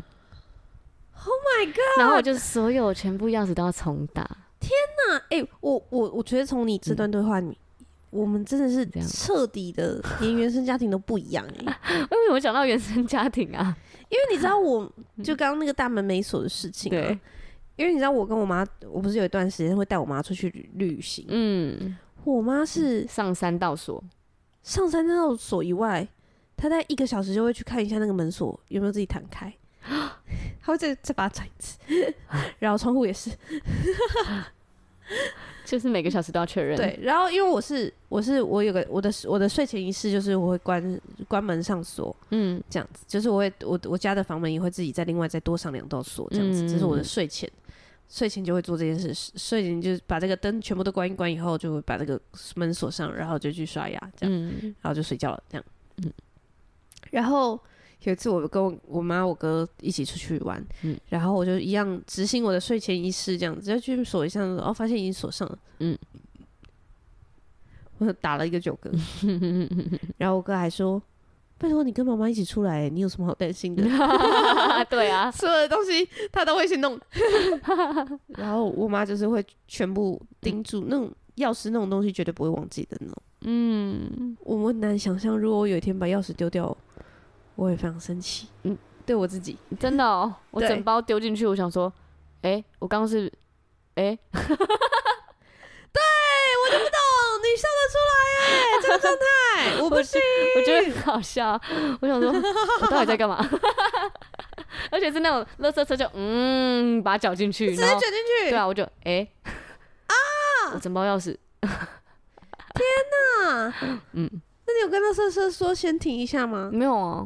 [SPEAKER 2] Oh my god！
[SPEAKER 1] 然后我就所有全部钥匙都要重打。
[SPEAKER 2] 那哎、我我我觉得从你这段对话，你、我们真的是
[SPEAKER 1] 嗯这样
[SPEAKER 2] 彻 底的，连原生家庭都不一样哎、
[SPEAKER 1] 为什么讲到原生家庭啊？
[SPEAKER 2] 因为你知道我，就刚刚那个大门没锁的事情、啊，
[SPEAKER 1] 嗯对，
[SPEAKER 2] 因为你知道我跟我妈，我不是有一段时间会带我妈出去旅旅行，
[SPEAKER 1] 嗯，
[SPEAKER 2] 我妈是
[SPEAKER 1] 上山倒锁。
[SPEAKER 2] 上山那道锁以外，她在一个小时就会去看一下那个门锁有没有自己弹 开，她会再再把它转一次， 然后窗户也是，
[SPEAKER 1] 就是每个小时都要确认。，
[SPEAKER 2] 对，然后因为我是我是我有个我的我的睡前仪式就是我会关关门上锁
[SPEAKER 1] 嗯
[SPEAKER 2] 这样子，就是我会我我家的房门也会自己再另外再多上两道锁这样子，
[SPEAKER 1] 嗯
[SPEAKER 2] 这是我的睡前。睡前就会做这件事，睡前就是把这个灯全部都关一关以后，就会把这个门锁上，然后就去刷牙，这样。
[SPEAKER 1] 嗯
[SPEAKER 2] 然后就睡觉了，这样。嗯，然后有一次我跟我我妈我哥一起出去玩，
[SPEAKER 1] 嗯
[SPEAKER 2] 然后我就一样执行我的睡前仪式，这样子就去锁一下，哦，发现已经锁上了，
[SPEAKER 1] 嗯，
[SPEAKER 2] 我打了一个九 嗝，然后我哥还说。拜托你跟妈妈一起出来，你有什么好担心的？
[SPEAKER 1] 对啊，
[SPEAKER 2] 所有的东西他都会去 弄，然后我妈就是会全部盯住那种钥匙那种东西，绝对不会忘记的那种。
[SPEAKER 1] 嗯，
[SPEAKER 2] 我很难想象，如果我有一天把钥匙丢掉，我会非常生气。嗯哎
[SPEAKER 1] 嗯，
[SPEAKER 2] 对我自己，
[SPEAKER 1] 真的哦，我
[SPEAKER 2] 对
[SPEAKER 1] 整包丢进去，我想说，哎、我刚刚是，哎、
[SPEAKER 2] 我就不懂，你笑得出来哎， 这个状态，我不信。
[SPEAKER 1] 我觉得很好笑，我 想说，我到底在干嘛？ 而且是那种垃圾车就嗯，把它搅进去，
[SPEAKER 2] 直接
[SPEAKER 1] 然后
[SPEAKER 2] 卷进去，
[SPEAKER 1] 对啊，我就哎、啊，我整包钥匙，
[SPEAKER 2] 啊，嗯
[SPEAKER 1] 嗯，
[SPEAKER 2] 那你有跟那色色说先停一下吗？
[SPEAKER 1] 没有啊，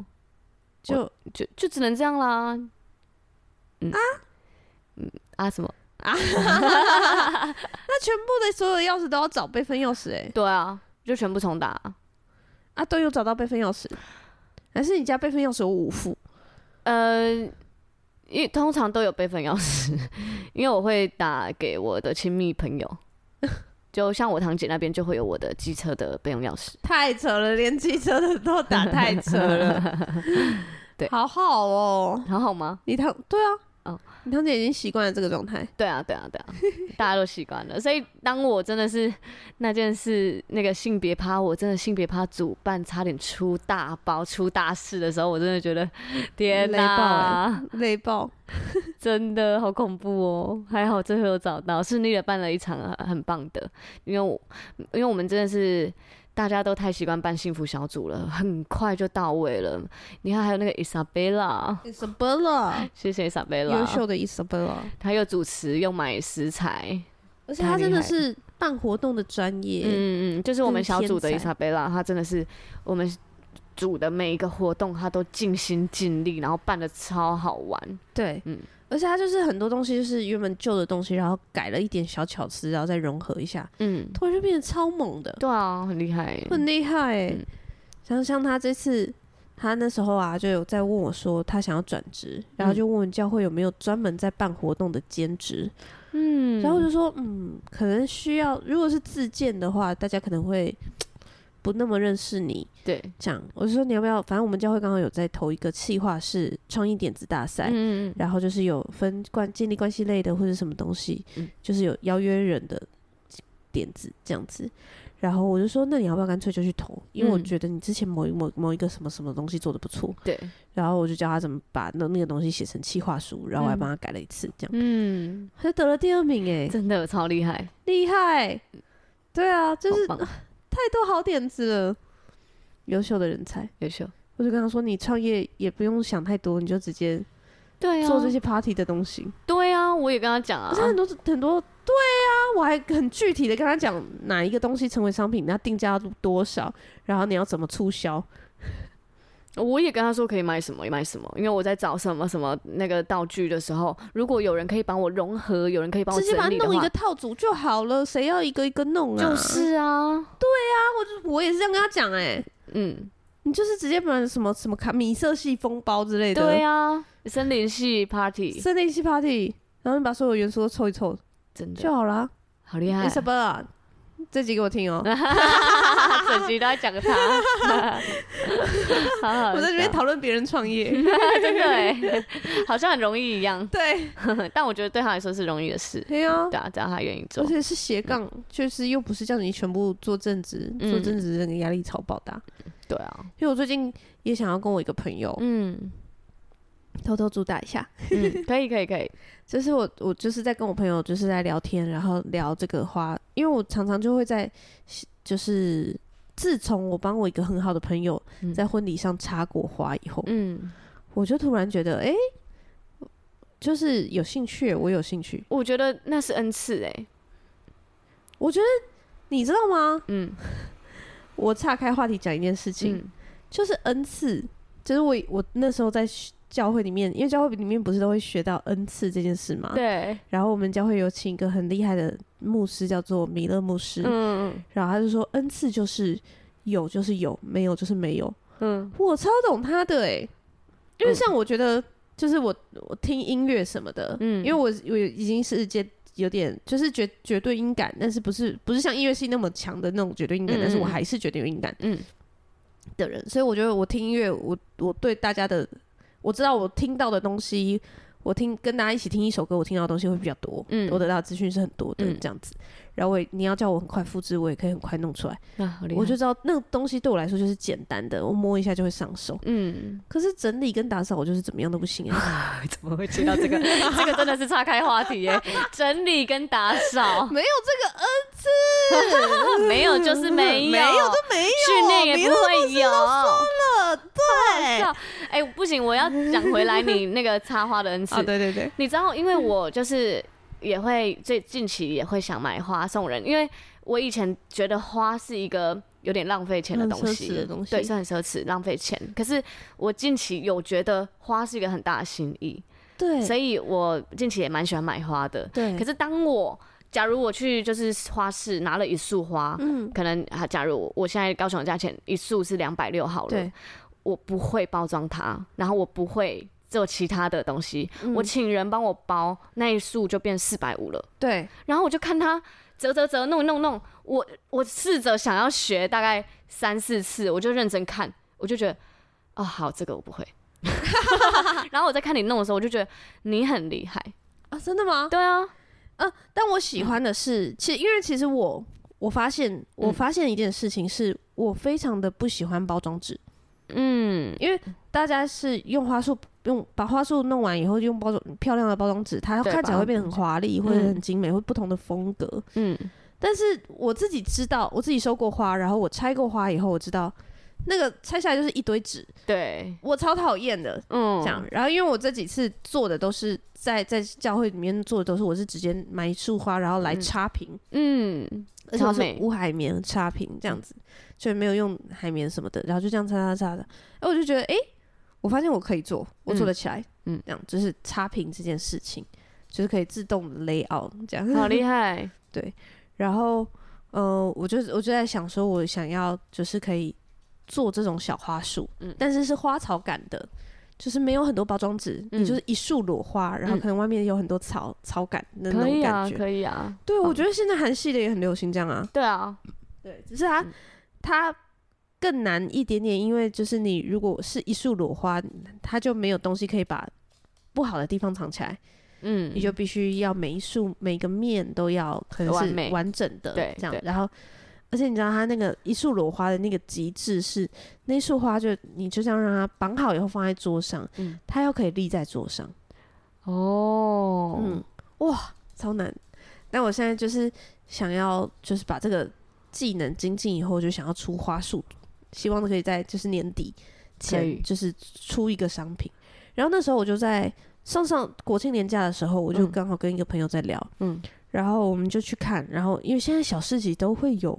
[SPEAKER 2] 就
[SPEAKER 1] 就就只能这样啦。嗯啊，嗯啊什么？
[SPEAKER 2] 那全部的所有的钥匙都要找备份钥匙哎，
[SPEAKER 1] 对啊，就全部重打啊。
[SPEAKER 2] 啊，都有找到备份钥匙，还是你家备份钥匙有五副？
[SPEAKER 1] 呃，因为通常都有备份钥匙， 因为我会打给我的亲密朋友，就像我堂姐那边就会有我的机车的备用钥匙。
[SPEAKER 2] 太扯了，连机车的都打太扯了，
[SPEAKER 1] 对
[SPEAKER 2] 好好哦，
[SPEAKER 1] 很好吗？
[SPEAKER 2] 你堂对啊，
[SPEAKER 1] 哦，
[SPEAKER 2] 你堂姐已经习惯了这个状态，
[SPEAKER 1] 对啊，对啊，对啊，大家都习惯了。所以当我真的是那件事，那个性别趴，我真的性别趴主办差点出大包、出大事的时候，我真的觉得天
[SPEAKER 2] 雷
[SPEAKER 1] 哪、
[SPEAKER 2] 爆累爆。
[SPEAKER 1] 真的好恐怖哦！还好最后有找到，顺利的办了一场很很棒的，因为我因为我们真的是大家都太习惯办幸福小组了，很快就到位了。你看还有那个 Isabella，
[SPEAKER 2] Isabella，
[SPEAKER 1] 谢谢 Isabella，
[SPEAKER 2] 优秀的 Isabella，
[SPEAKER 1] 他又主持又买食材，
[SPEAKER 2] 而且
[SPEAKER 1] 太
[SPEAKER 2] 她
[SPEAKER 1] 厉
[SPEAKER 2] 真的
[SPEAKER 1] 害
[SPEAKER 2] 是办活动的专业，
[SPEAKER 1] 嗯嗯，就是我们
[SPEAKER 2] 真是
[SPEAKER 1] 小组的
[SPEAKER 2] 天
[SPEAKER 1] 伊
[SPEAKER 2] 才
[SPEAKER 1] 莎贝拉，她真的是我们组的每一个活动，她都尽心尽力，然后办的超好玩。
[SPEAKER 2] 对，
[SPEAKER 1] 嗯
[SPEAKER 2] 而且她就是很多东西就是原本旧的东西，然后改了一点小巧思，然后再融合一下，
[SPEAKER 1] 嗯，
[SPEAKER 2] 突然就变得超猛的，
[SPEAKER 1] 对啊，很厉害。
[SPEAKER 2] 很厉害、欸。
[SPEAKER 1] 嗯
[SPEAKER 2] 像像她这次，她那时候啊就有在问我说她想要转职，
[SPEAKER 1] 嗯
[SPEAKER 2] 然后就问教会有没有专门在办活动的兼职，
[SPEAKER 1] 嗯，
[SPEAKER 2] 然后我就说，嗯，可能需要，如果是自荐的话，大家可能会不那么认识你。
[SPEAKER 1] 对，
[SPEAKER 2] 这样，我就说你要不要？反正我们教会刚好有在投一个企划是创意点子大赛，
[SPEAKER 1] 嗯嗯
[SPEAKER 2] 然后就是有分关建立关系类的或者什么东西，
[SPEAKER 1] 嗯
[SPEAKER 2] 就是有邀约人的点子这样子。然后我就说，那你要不要干脆就去投？因为我
[SPEAKER 1] 嗯
[SPEAKER 2] 觉得你之前某一某某一个什么什么东西做的不错，
[SPEAKER 1] 对，
[SPEAKER 2] 然后我就教他怎么把那那个东西写成企划书，然后我还
[SPEAKER 1] 嗯
[SPEAKER 2] 帮他改了一次，这样
[SPEAKER 1] 嗯，
[SPEAKER 2] 他就得了第二名哎、
[SPEAKER 1] 真的超厉害，
[SPEAKER 2] 厉害。对啊，就是
[SPEAKER 1] 好棒
[SPEAKER 2] 太多好点子了，优秀的人才。
[SPEAKER 1] 优秀。
[SPEAKER 2] 我就跟他说，你创业也不用想太多，你就直接
[SPEAKER 1] 对啊，
[SPEAKER 2] 做这些 party 的东西。
[SPEAKER 1] 对啊，我也跟他讲啊
[SPEAKER 2] 而且，很多很多，对啊，我还很具体的跟他讲哪一个东西成为商品，那定价要多少，然后你要怎么促销。
[SPEAKER 1] 我也跟他说可以买什么买什么，因为我在找什么什么那个道具的时候，如果有人可以帮我融合，有人可以帮我
[SPEAKER 2] 直接把
[SPEAKER 1] 整
[SPEAKER 2] 它
[SPEAKER 1] 理的
[SPEAKER 2] 弄一
[SPEAKER 1] 话
[SPEAKER 2] 个，套组就好了，谁要一个一个弄啊？
[SPEAKER 1] 就是啊，
[SPEAKER 2] 我也是这样跟他讲哎、
[SPEAKER 1] 嗯，
[SPEAKER 2] 你就是直接把什么什么卡米色系风包之类的，
[SPEAKER 1] 对啊，森林系 party
[SPEAKER 2] 森林系 party，然后你把所有元素都凑一凑
[SPEAKER 1] 真的
[SPEAKER 2] 就好啦。
[SPEAKER 1] 好厉害
[SPEAKER 2] i，s a b e l l 这集给我听 哦、
[SPEAKER 1] 整集都在讲 他，好好笑
[SPEAKER 2] 我在 这边讨论别人创业，
[SPEAKER 1] 真的哎，好像很容易一样，
[SPEAKER 2] 对，
[SPEAKER 1] 但我觉得对他来说是容易的事，
[SPEAKER 2] 对啊，
[SPEAKER 1] 对啊，只要他愿意做
[SPEAKER 2] 而，且是斜杠，就是又不是叫你全部做正职，
[SPEAKER 1] 嗯
[SPEAKER 2] 做正职那个压力超爆大。
[SPEAKER 1] 对啊，
[SPEAKER 2] 因为我最近也想要跟我一个朋友
[SPEAKER 1] 嗯
[SPEAKER 2] 偷偷主打一下，
[SPEAKER 1] 嗯，可以可以可以，
[SPEAKER 2] 就是我我就是在跟我朋友就是在聊天，然后聊这个花，因为我常常就会在就是。自从我帮我一个很好的朋友
[SPEAKER 1] 嗯
[SPEAKER 2] 在婚礼上插过花以后，
[SPEAKER 1] 嗯，
[SPEAKER 2] 我就突然觉得，哎、就是有兴趣，我有兴趣。
[SPEAKER 1] 我觉得那是恩赐哎，
[SPEAKER 2] 我觉得你知道吗？
[SPEAKER 1] 嗯
[SPEAKER 2] 我岔开话题讲一件事情，
[SPEAKER 1] 嗯
[SPEAKER 2] 就是恩赐，就是我我那时候在学教会里面，因为教会里面不是都会学到恩赐这件事嘛。
[SPEAKER 1] 嗯对，
[SPEAKER 2] 然后我们教会有请一个很厉害的牧师，叫做米勒牧师，
[SPEAKER 1] 嗯
[SPEAKER 2] 然后他就说恩赐就是有就是有，没有就是没有。
[SPEAKER 1] 嗯
[SPEAKER 2] 我超懂他的哎、因为像我觉得，就是我我听音乐什么的，
[SPEAKER 1] 嗯
[SPEAKER 2] 因为我我已经是接有点就是绝绝对音感，但是不是不是像音乐系那么强的那种绝对音感，
[SPEAKER 1] 嗯
[SPEAKER 2] 但是我
[SPEAKER 1] 嗯
[SPEAKER 2] 还是绝对有音感
[SPEAKER 1] 嗯
[SPEAKER 2] 的人，所以我觉得我听音乐，我我对大家的我知道我听到的东西，我听跟大家一起听一首歌，我听到的东西会比较多，
[SPEAKER 1] 嗯
[SPEAKER 2] 我得到的资讯是很多的、
[SPEAKER 1] 嗯
[SPEAKER 2] 这样子，然后我也你要叫我很快复制，我也可以很快弄出来，
[SPEAKER 1] 嗯，啊，好厉害，
[SPEAKER 2] 我就知道那个东西对我来说就是简单的，我摸一下就会上手。
[SPEAKER 1] 嗯，
[SPEAKER 2] 可是整理跟打扫，我就是怎么样都不行啊！
[SPEAKER 1] 怎么会接到这个？这个真的是岔开话题 耶，整理跟打扫。
[SPEAKER 2] 没有这个恩赐，
[SPEAKER 1] 没有就是没有，
[SPEAKER 2] 没有就没有，
[SPEAKER 1] 训练也不会有。
[SPEAKER 2] 了，对
[SPEAKER 1] 笑哎、不行，我要讲回来你那个插花的恩赐。
[SPEAKER 2] 啊，对对对，
[SPEAKER 1] 你知道，因为我
[SPEAKER 2] 嗯
[SPEAKER 1] 就是也会最近期也会想买花送人，因为我以前觉得花是一个有点浪费钱的
[SPEAKER 2] 很
[SPEAKER 1] 东
[SPEAKER 2] 奢
[SPEAKER 1] 西，
[SPEAKER 2] 侈的东西
[SPEAKER 1] 对，是很奢侈，浪费钱。可是我近期有觉得花是一个很大的心意，
[SPEAKER 2] 对，
[SPEAKER 1] 所以我近期也蛮喜欢买花的。
[SPEAKER 2] 对，
[SPEAKER 1] 可
[SPEAKER 2] 是
[SPEAKER 1] 是当我假如我去就是花市拿了一束花，
[SPEAKER 2] 嗯，
[SPEAKER 1] 可能啊，假如我我现在高雄的价钱一束是两百六好了
[SPEAKER 2] 对，，
[SPEAKER 1] 我不会包装它，然后我不会做其他的东西，
[SPEAKER 2] 嗯
[SPEAKER 1] 我请人帮我包那一束就变四百五了，
[SPEAKER 2] 对，
[SPEAKER 1] 然后我就看它折折折弄弄弄，我我试着想要学大概三四次，我就认真看，我就觉得哦好，这个我不会， 然后我在看你弄的时候，我就觉得你很厉害。
[SPEAKER 2] 啊，真的吗？
[SPEAKER 1] 对啊，
[SPEAKER 2] 嗯，但我喜欢的是，其因为其实我我发现我
[SPEAKER 1] 嗯
[SPEAKER 2] 发现一件事情是，我非常的不喜欢包装纸，
[SPEAKER 1] 嗯
[SPEAKER 2] 因为大家是用花束用把花束弄完以后，用包装漂亮的包装纸，它
[SPEAKER 1] 对
[SPEAKER 2] 看起来
[SPEAKER 1] 把它
[SPEAKER 2] 会变得很华丽，或者
[SPEAKER 1] 嗯
[SPEAKER 2] 很精美，会不同的风格。
[SPEAKER 1] 嗯，
[SPEAKER 2] 但是我自己知道，我自己收过花，然后我拆过花以后，我知道那个拆下来就是一堆纸，
[SPEAKER 1] 对，
[SPEAKER 2] 我超讨厌的。
[SPEAKER 1] 嗯，
[SPEAKER 2] 这样，然后因为我这几次做的都是在在教会里面做的都是，我是直接买一束花，然后来
[SPEAKER 1] 嗯
[SPEAKER 2] 插瓶，
[SPEAKER 1] 嗯，
[SPEAKER 2] 而且我
[SPEAKER 1] 超
[SPEAKER 2] 是
[SPEAKER 1] 美
[SPEAKER 2] 无海绵插瓶这样子，所以没有用海绵什么的，然后就这样插插插的。哎，我就觉得，哎、我发现我可以做，我做得起来。嗯
[SPEAKER 1] 嗯，
[SPEAKER 2] 这样就是插瓶这件事情，就是可以自动的 layout 这样。
[SPEAKER 1] 好厉害，
[SPEAKER 2] 然后，呃，我就我就在想说，我想要就是可以做这种小花束，
[SPEAKER 1] 嗯
[SPEAKER 2] 但是是花草感的，就是没有很多包装纸，
[SPEAKER 1] 嗯
[SPEAKER 2] 你就是一束裸花，然后
[SPEAKER 1] 嗯
[SPEAKER 2] 可能外面有很多草草感的
[SPEAKER 1] 可
[SPEAKER 2] 那种
[SPEAKER 1] 以
[SPEAKER 2] 感
[SPEAKER 1] 啊，
[SPEAKER 2] 觉。
[SPEAKER 1] 可以啊，
[SPEAKER 2] 对，
[SPEAKER 1] 棒
[SPEAKER 2] 我觉得现在韩系的也很流行这样啊。
[SPEAKER 1] 对啊，
[SPEAKER 2] 对，只是它、
[SPEAKER 1] 嗯
[SPEAKER 2] 它更难一点点，因为就是你如果是一束裸花，它就没有东西可以把不好的地方藏起来，
[SPEAKER 1] 嗯，
[SPEAKER 2] 你就必须要每一束每个面都要可能
[SPEAKER 1] 完
[SPEAKER 2] 是
[SPEAKER 1] 美
[SPEAKER 2] 完整的，
[SPEAKER 1] 对
[SPEAKER 2] 这样
[SPEAKER 1] 对。
[SPEAKER 2] 然后，而且你知道它那个一束裸花的那个极致是，那束花就你就这样让它绑好以后放在桌上，
[SPEAKER 1] 嗯
[SPEAKER 2] 它又可以立在桌上，
[SPEAKER 1] 哦，
[SPEAKER 2] 嗯，哇，超难。但我现在就是想要，就是把这个技能精进以后，就想要出花束，希望可以在就是年底
[SPEAKER 1] 可
[SPEAKER 2] 前
[SPEAKER 1] 以
[SPEAKER 2] 就是出一个商品。然后那时候我就在上上国庆年假的时候，我就
[SPEAKER 1] 嗯
[SPEAKER 2] 刚好跟一个朋友在聊，
[SPEAKER 1] 嗯，
[SPEAKER 2] 然后我们就去看，然后因为现在小市集都会有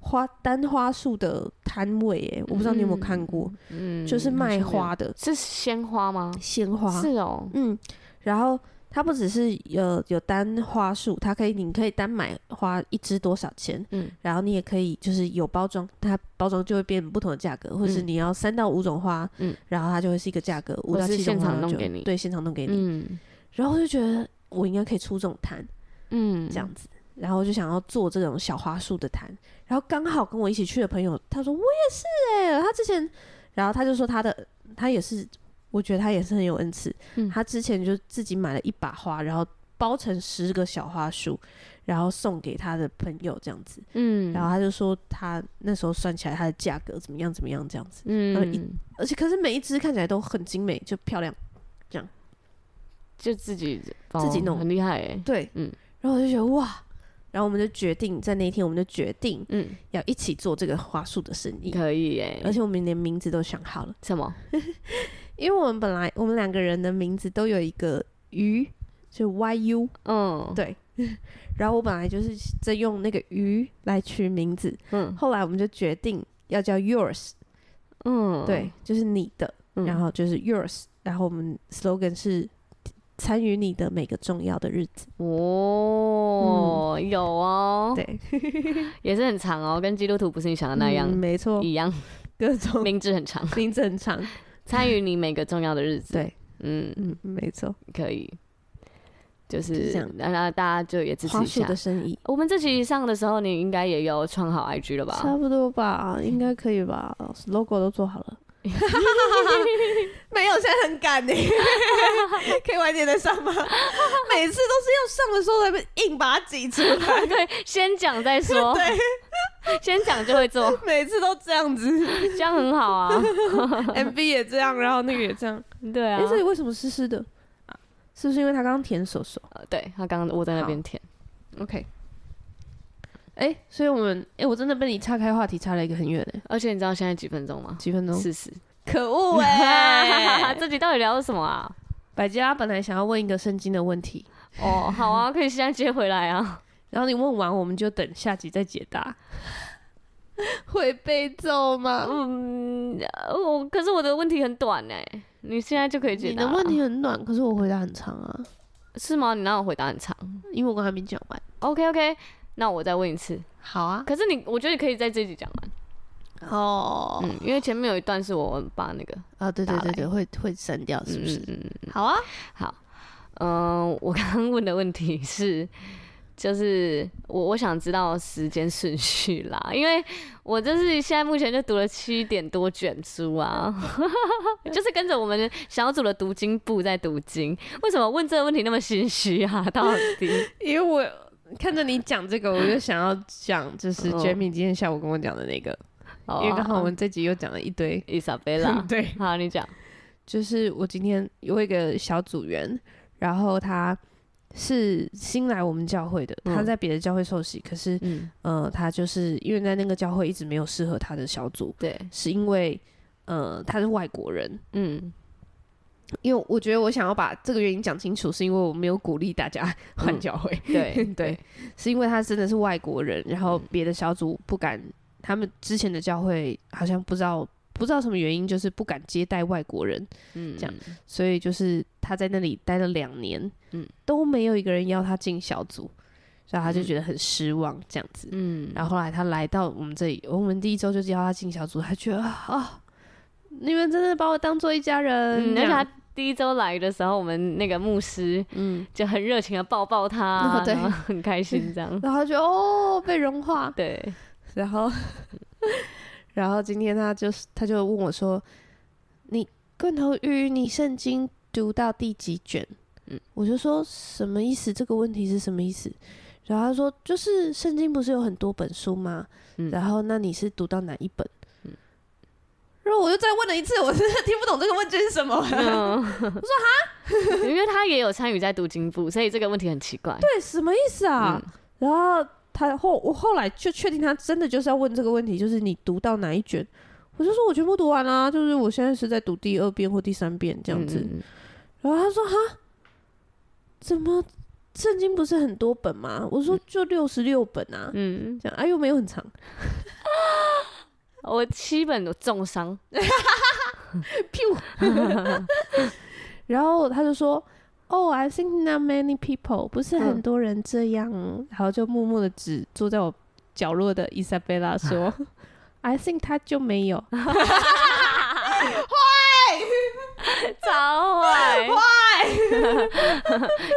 [SPEAKER 2] 花单花束的摊位，诶，我不知道你有没有看过，
[SPEAKER 1] 嗯，
[SPEAKER 2] 就是卖
[SPEAKER 1] 好像没有
[SPEAKER 2] 花的
[SPEAKER 1] 是鲜花吗？
[SPEAKER 2] 鲜花，
[SPEAKER 1] 是哦，
[SPEAKER 2] 嗯，然后它不只是有有单花束，它可以你可以单买花一支多少钱，
[SPEAKER 1] 嗯
[SPEAKER 2] 然后你也可以就是有包装，它包装就会变不同的价格，或是
[SPEAKER 1] 嗯
[SPEAKER 2] 你要三到五种花，
[SPEAKER 1] 嗯
[SPEAKER 2] 然后它就会是一个价格，五
[SPEAKER 1] 或
[SPEAKER 2] 到
[SPEAKER 1] 是
[SPEAKER 2] 七种
[SPEAKER 1] 现
[SPEAKER 2] 花
[SPEAKER 1] 场弄
[SPEAKER 2] 就
[SPEAKER 1] 给你
[SPEAKER 2] 对，现场弄给你，
[SPEAKER 1] 嗯
[SPEAKER 2] 然后我就觉得我应该可以出这种摊
[SPEAKER 1] 嗯，
[SPEAKER 2] 这样子。然后我就想要做这种小花束的摊，然后刚好跟我一起去的朋友，他说我也是哎、他之前，然后他就说他的他也是，我觉得他也是很有恩赐，
[SPEAKER 1] 嗯
[SPEAKER 2] 他之前就自己买了一把花，然后包成十个小花束，然后送给他的朋友这样子，
[SPEAKER 1] 嗯，
[SPEAKER 2] 然后他就说他那时候算起来它的价格怎么样怎么样这样子，然后呃一
[SPEAKER 1] 嗯，
[SPEAKER 2] 而且可是每一只看起来都很精美，就漂亮，
[SPEAKER 1] 就自己
[SPEAKER 2] 自己
[SPEAKER 1] 哦
[SPEAKER 2] 弄
[SPEAKER 1] 很厉害哎，
[SPEAKER 2] 对，
[SPEAKER 1] 嗯，
[SPEAKER 2] 然后我就觉得哇。然后我们就决定在那一天，我们就决定
[SPEAKER 1] 嗯，
[SPEAKER 2] 要一起做这个花束的生意，
[SPEAKER 1] 可以哎，
[SPEAKER 2] 而且我们连名字都想好了，
[SPEAKER 1] 什么？
[SPEAKER 2] 因为我们本来我们两个人的名字都有一个鱼，就是 YU，
[SPEAKER 1] 嗯，
[SPEAKER 2] 对 然后我本来就是在用那个鱼来取名字，
[SPEAKER 1] 嗯
[SPEAKER 2] 后来我们就决定要叫 yours，、
[SPEAKER 1] 嗯，
[SPEAKER 2] 对，就是你的，
[SPEAKER 1] 嗯，
[SPEAKER 2] 然后就是 yours，然后我们 slogan 是参与你的每个重要的日子，
[SPEAKER 1] 哦，有哦，
[SPEAKER 2] 嗯对，
[SPEAKER 1] 也是很长哦，跟基督徒不是你想的那样
[SPEAKER 2] 嗯没错，
[SPEAKER 1] 一样，
[SPEAKER 2] 各 种
[SPEAKER 1] 名字很长，
[SPEAKER 2] 名字很长，
[SPEAKER 1] 参与你每个重要的日子。
[SPEAKER 2] 对，
[SPEAKER 1] 嗯，
[SPEAKER 2] 嗯，没错，
[SPEAKER 1] 可以，就
[SPEAKER 2] 就是
[SPEAKER 1] 是
[SPEAKER 2] 这样
[SPEAKER 1] 然后大家就也支持
[SPEAKER 2] 花
[SPEAKER 1] 一
[SPEAKER 2] 束
[SPEAKER 1] 下
[SPEAKER 2] 的。生意。
[SPEAKER 1] 我们这期上的时候，你应该也有创好 IG 了吧
[SPEAKER 2] 差？不多吧，应该可以吧，logo 都做好了。 没有，现在很赶呢， 可以晚点再 上吗？每次都是要上的时候才硬把它挤出来，
[SPEAKER 1] 对，先讲再 说，先讲就会做，
[SPEAKER 2] 每次都这样子
[SPEAKER 1] 这样很好啊。
[SPEAKER 2] ，MV 也这样，然后那个也这 样。
[SPEAKER 1] 对啊
[SPEAKER 2] 哎、，这里为什么湿湿的？是不是因为他刚刚舔手手
[SPEAKER 1] 呃对他刚刚我在那边填，
[SPEAKER 2] ？OK。哎、所以我们哎、我真的被你岔开话题，岔了一个很远的
[SPEAKER 1] 而且你知道现在几分钟吗？
[SPEAKER 2] 几分钟。
[SPEAKER 1] 四 十。
[SPEAKER 2] 可恶 欸
[SPEAKER 1] 这集到底聊了什么啊？
[SPEAKER 2] 百家本来想要问一个圣经的问题，
[SPEAKER 1] 哦，好啊，可以现在接回来啊。
[SPEAKER 2] 然后你问完，我们就等下集再解答。 会被揍吗？
[SPEAKER 1] 嗯，呃我可是我的问题很短哎、你现在就可以解
[SPEAKER 2] 你
[SPEAKER 1] 答
[SPEAKER 2] 的
[SPEAKER 1] 了。
[SPEAKER 2] 问题很暖，可是我回答很长啊，
[SPEAKER 1] 是吗？你让我回答很长。
[SPEAKER 2] 因为我刚还没讲完。
[SPEAKER 1] OK OK，那我再问一次。
[SPEAKER 2] 好啊，
[SPEAKER 1] 可是你，我觉得你可以在这集讲完，
[SPEAKER 2] 哦、
[SPEAKER 1] 嗯，因为前面有一段是我把那个，嗯
[SPEAKER 2] 啊，对对对对，会会删掉，是嗯不是？好啊，
[SPEAKER 1] 呃好，嗯、我刚刚问的问题是，就是我我想知道时间顺序啦，因为我就是现在目前就读了七点多卷书啊， 就是跟着我们小组的读经部在读经。为什么问这个问题那么心虚啊？ 到底？
[SPEAKER 2] 因为我看着你讲 这个，我就想要讲，就是
[SPEAKER 1] 哦
[SPEAKER 2] Jamie 今天下午跟我讲的那个，
[SPEAKER 1] 哦
[SPEAKER 2] 因为刚好我们这集又讲了一堆。，
[SPEAKER 1] 伊莎贝拉
[SPEAKER 2] 对，
[SPEAKER 1] 好，你讲。
[SPEAKER 2] 就是我今天有一个小组员，然后他是新来我们教会的，
[SPEAKER 1] 嗯
[SPEAKER 2] 他在别的教会受洗，可是
[SPEAKER 1] 嗯，
[SPEAKER 2] 呃，他就是因为在那个教会一直没有适合他的小组，
[SPEAKER 1] 对，
[SPEAKER 2] 是因为呃他是外国人，
[SPEAKER 1] 嗯，
[SPEAKER 2] 因为我觉得我想要把这个原因讲清楚，是因为我没有鼓励大家换教会，
[SPEAKER 1] 对嗯
[SPEAKER 2] 对，是因为他真的是外国人，然后别的小组不敢，他们之前的教会好像不知道不知道什么原因，就是不敢接待外国人，
[SPEAKER 1] 嗯，
[SPEAKER 2] 这样所以就是他在那里待了两年，
[SPEAKER 1] 嗯
[SPEAKER 2] 都没有一个人要他进小组，所以他就觉得很失望这样子。
[SPEAKER 1] 嗯，
[SPEAKER 2] 然后后来他来到我们这里，我们第一周就叫他进小组，他觉得啊、你们真的把我当做一家人，
[SPEAKER 1] 嗯，
[SPEAKER 2] 这
[SPEAKER 1] 而且
[SPEAKER 2] 样
[SPEAKER 1] 他第一周来的时候，我们那个牧师
[SPEAKER 2] 嗯，
[SPEAKER 1] 就很热情的抱抱他
[SPEAKER 2] 哦，对
[SPEAKER 1] 然后很开心这 样。
[SPEAKER 2] 然后他就哦被融化，
[SPEAKER 1] 对，
[SPEAKER 2] 然后
[SPEAKER 1] 嗯
[SPEAKER 2] 然后今天他就是他就问我说，你罐头鱼，你圣经读到第几卷？嗯
[SPEAKER 1] 嗯，
[SPEAKER 2] 我就说什么意思？这个问题是什么意思？然后他说，就是圣经不是有很多本书吗？
[SPEAKER 1] 嗯
[SPEAKER 2] 然后那你是读到哪一本？然后我又再问了一次，我真的听不懂这个问句是什么。
[SPEAKER 1] 嗯，我说哈，因为他也有参与在读经部，所以这个问题很奇怪。嗯
[SPEAKER 2] 对，什么意思啊？然后他后我后来就确定他真的就是要问这个问题，就是你读到哪一卷？我就说我全部读完啦、就是我现在是在读第二遍或第三遍这
[SPEAKER 1] 这
[SPEAKER 2] 样子。然后他说哈，怎么圣经不是很多本吗？我说就六十六本啊，
[SPEAKER 1] 嗯，
[SPEAKER 2] 这样哎又没有很长，
[SPEAKER 1] 我七本都重 伤，
[SPEAKER 2] 然后他就说。哦、i think not many people，不是很
[SPEAKER 1] 嗯
[SPEAKER 2] 多人这样。然后就默默的指坐在我角落的伊莎贝拉 说：“I think 他就没有。”
[SPEAKER 1] 超 坏坏。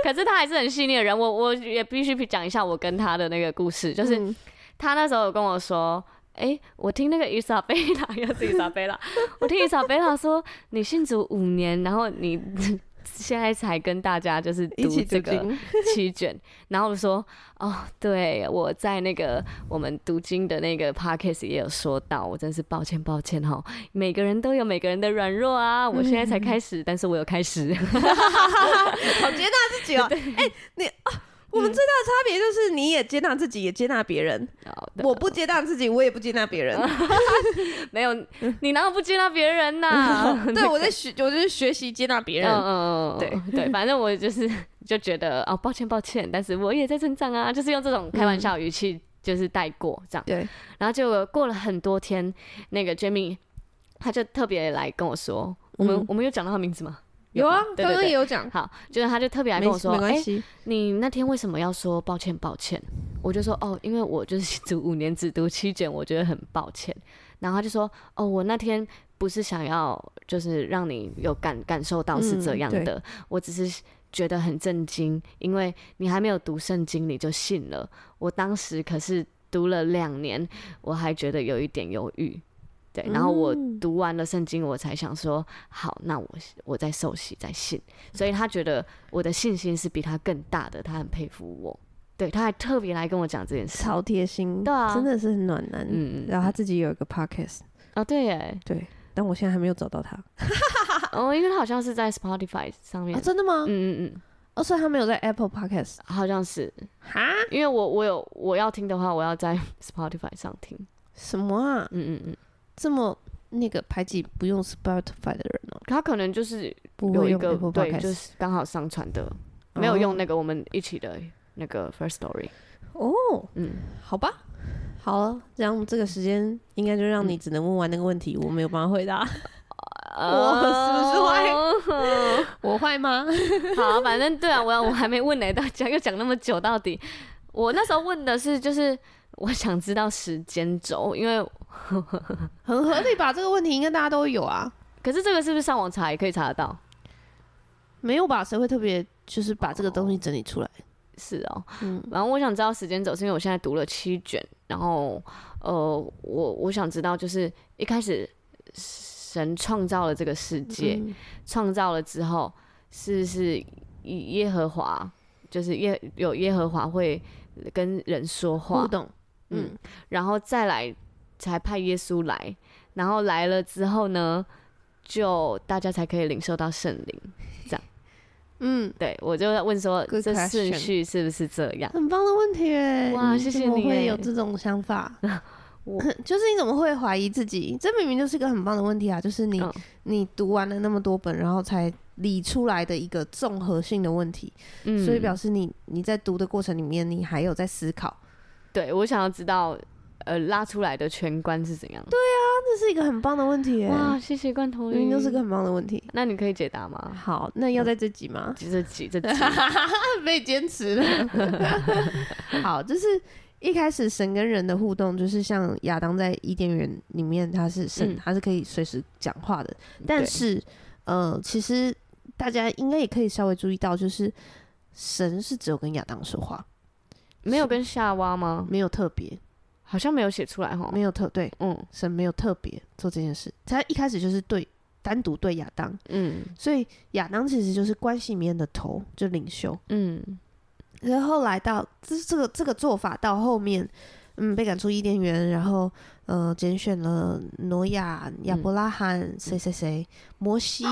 [SPEAKER 1] 可是他还是很细腻的人，我我也必须讲一下我跟他的那个故事，就是
[SPEAKER 2] 嗯
[SPEAKER 1] 他那时候有跟我说。哎、我听那个伊莎贝拉， 又是伊莎贝拉。我听伊莎贝拉说，你信主五年，然后你 现在才跟大家就是
[SPEAKER 2] 一
[SPEAKER 1] 读
[SPEAKER 2] 起
[SPEAKER 1] 这个，
[SPEAKER 2] 读经，
[SPEAKER 1] 七卷，然后我说哦，对，我在那个我们读经的那个 podcast 也有说到，我真是抱歉抱歉哈，每个人都有每个人的软弱啊，我现在才开始，但是我有开始，
[SPEAKER 2] 好接纳自己哦。 哎、你啊，我们最大的差别就是你也接纳自己，也接纳别人。
[SPEAKER 1] 好的
[SPEAKER 2] 我不接纳自己，我也不接纳别 人。
[SPEAKER 1] 没有，你哪有不接纳别人呐、
[SPEAKER 2] 对，我在学，我就是学习接纳别
[SPEAKER 1] 嗯
[SPEAKER 2] 人。
[SPEAKER 1] 嗯嗯，对对，反正我就是就觉得哦，抱歉抱歉，但是我也在成长啊，就是用这种开玩笑语气就是带过这样。
[SPEAKER 2] 对，
[SPEAKER 1] 然后结果过了很多天，那个 Jamie 他就特别来跟我说，我们、
[SPEAKER 2] 嗯
[SPEAKER 1] 我们有讲到他名字吗？
[SPEAKER 2] 有啊
[SPEAKER 1] 吗，对
[SPEAKER 2] 刚
[SPEAKER 1] 对
[SPEAKER 2] 刚
[SPEAKER 1] 对
[SPEAKER 2] 也有讲，
[SPEAKER 1] 好，就是他就特别来
[SPEAKER 2] 没
[SPEAKER 1] 跟我说，
[SPEAKER 2] 没
[SPEAKER 1] 哎、
[SPEAKER 2] 关系。
[SPEAKER 1] 你那天为什么要说抱歉抱歉？我就说哦，因为我就是 读五年只读七卷，我觉得很抱歉。然后他就说哦，我那天不是想要就是让你有感感受到是这
[SPEAKER 2] 嗯
[SPEAKER 1] 样的，我只是觉得很震惊，因为你还没有读圣经你就信了，我当时可是读了两年，我还觉得有一点犹豫。对，然后我
[SPEAKER 2] 嗯
[SPEAKER 1] 读完了圣经，我才想说，好，那我我再受洗再信。所以他觉得我的信心是比他更大的，他很佩服我。对，他还特别来跟我讲这件事。
[SPEAKER 2] 超贴心，
[SPEAKER 1] 对啊
[SPEAKER 2] 真的是很暖男。
[SPEAKER 1] 嗯，嗯
[SPEAKER 2] 然后他自己有一个 podcast，
[SPEAKER 1] 哦，对耶，
[SPEAKER 2] 对，但我现在还没有找到他啊，
[SPEAKER 1] 哦，因为他好像是在 Spotify 上面，
[SPEAKER 2] 哦真的吗？
[SPEAKER 1] 嗯嗯嗯，
[SPEAKER 2] 哦，所以他没有在 Apple podcast
[SPEAKER 1] 好像是，
[SPEAKER 2] 哈？
[SPEAKER 1] 因为我我有我要听的话，我要在 Spotify 上听。
[SPEAKER 2] 什么啊？
[SPEAKER 1] 嗯嗯嗯，
[SPEAKER 2] 这么那个排挤不用 Spotify 的人哦，
[SPEAKER 1] 他可能就是
[SPEAKER 2] 不
[SPEAKER 1] 有
[SPEAKER 2] 会
[SPEAKER 1] 一
[SPEAKER 2] 用
[SPEAKER 1] 个
[SPEAKER 2] Apple
[SPEAKER 1] 对，
[SPEAKER 2] podcast
[SPEAKER 1] 就是刚好上传的，没有用
[SPEAKER 2] 哦
[SPEAKER 1] 那个我们一起的那个 First Story。
[SPEAKER 2] 哦。
[SPEAKER 1] 嗯，
[SPEAKER 2] 好吧，好了，这样这个时间应该就让你只能问完那个问题，我没有办法 回答。哦我
[SPEAKER 1] 是不是会？
[SPEAKER 2] 我坏吗？
[SPEAKER 1] 好，反正对啊，我我还没问呢，大 家又讲那么久，到底我那时候问的是，就是我想知道时间轴，因为
[SPEAKER 2] 很合理吧？这个问题应该大家都有啊，
[SPEAKER 1] 可是这个是不是上网查也可以查得到？
[SPEAKER 2] 没有吧？谁会特别就是把这个东西整理出来？
[SPEAKER 1] 是哦，
[SPEAKER 2] 嗯
[SPEAKER 1] 然后我想知道时间轴，是因为我现在读了七卷，然后呃，我我想知道就是一开始神创造了这个世界，
[SPEAKER 2] 嗯
[SPEAKER 1] 创、造了之后，是是耶和华，就是耶有耶和华会跟人说话
[SPEAKER 2] 互，动，
[SPEAKER 1] 嗯，然后再来才派耶稣来，然后来了之后呢，就大家才可以领受到圣灵。
[SPEAKER 2] 嗯，
[SPEAKER 1] 对我就在问说，
[SPEAKER 2] Good
[SPEAKER 1] 这顺
[SPEAKER 2] question
[SPEAKER 1] 序是不是这样？
[SPEAKER 2] 很棒的问题耶！
[SPEAKER 1] 哇
[SPEAKER 2] 你
[SPEAKER 1] 谢谢
[SPEAKER 2] 怎么
[SPEAKER 1] 你
[SPEAKER 2] 会
[SPEAKER 1] 耶？
[SPEAKER 2] 有这种想法
[SPEAKER 1] 我
[SPEAKER 2] 就是你怎么会怀疑自己？这明明就是个很棒的问题啊！就是你、
[SPEAKER 1] 嗯
[SPEAKER 2] 你读完了那么多本，然后才理出来的一个综合性的问题，
[SPEAKER 1] 嗯
[SPEAKER 2] 所以表示你你在读的过程里面，你还有在思考，
[SPEAKER 1] 对我想要知道，呃，拉出来的全关是怎样？
[SPEAKER 2] 这是一个很棒的问题耶！
[SPEAKER 1] 哇，谢谢罐头鱼，
[SPEAKER 2] 啊明明就是个很棒的问题。
[SPEAKER 1] 那你可以解答 吗？
[SPEAKER 2] 好，那
[SPEAKER 1] 嗯
[SPEAKER 2] 要在这集吗？
[SPEAKER 1] 这几这几，
[SPEAKER 2] 被坚持 了。好，就是一开始神跟人的互动，就是像亚当在伊甸园里面，他是神，
[SPEAKER 1] 嗯
[SPEAKER 2] 他是可以随时讲话的。但
[SPEAKER 1] 对
[SPEAKER 2] 是，呃，其实大家应该也可以稍微注意到，就是神是只有跟亚当说话，
[SPEAKER 1] 没有跟夏娃吗？
[SPEAKER 2] 没有特别，哦
[SPEAKER 1] 好像没有写出来哈。
[SPEAKER 2] 没有特对
[SPEAKER 1] 嗯
[SPEAKER 2] 神没有特别做这件事。他一开始就是对单独对亚当，
[SPEAKER 1] 嗯
[SPEAKER 2] 所以亚当其实就是关系里面的头，就领袖。
[SPEAKER 1] 嗯
[SPEAKER 2] 然后来到这这个这个做法到后面，嗯，被赶出伊甸园，然后呃，拣选了挪亚、亚伯拉罕、谁谁谁、摩西，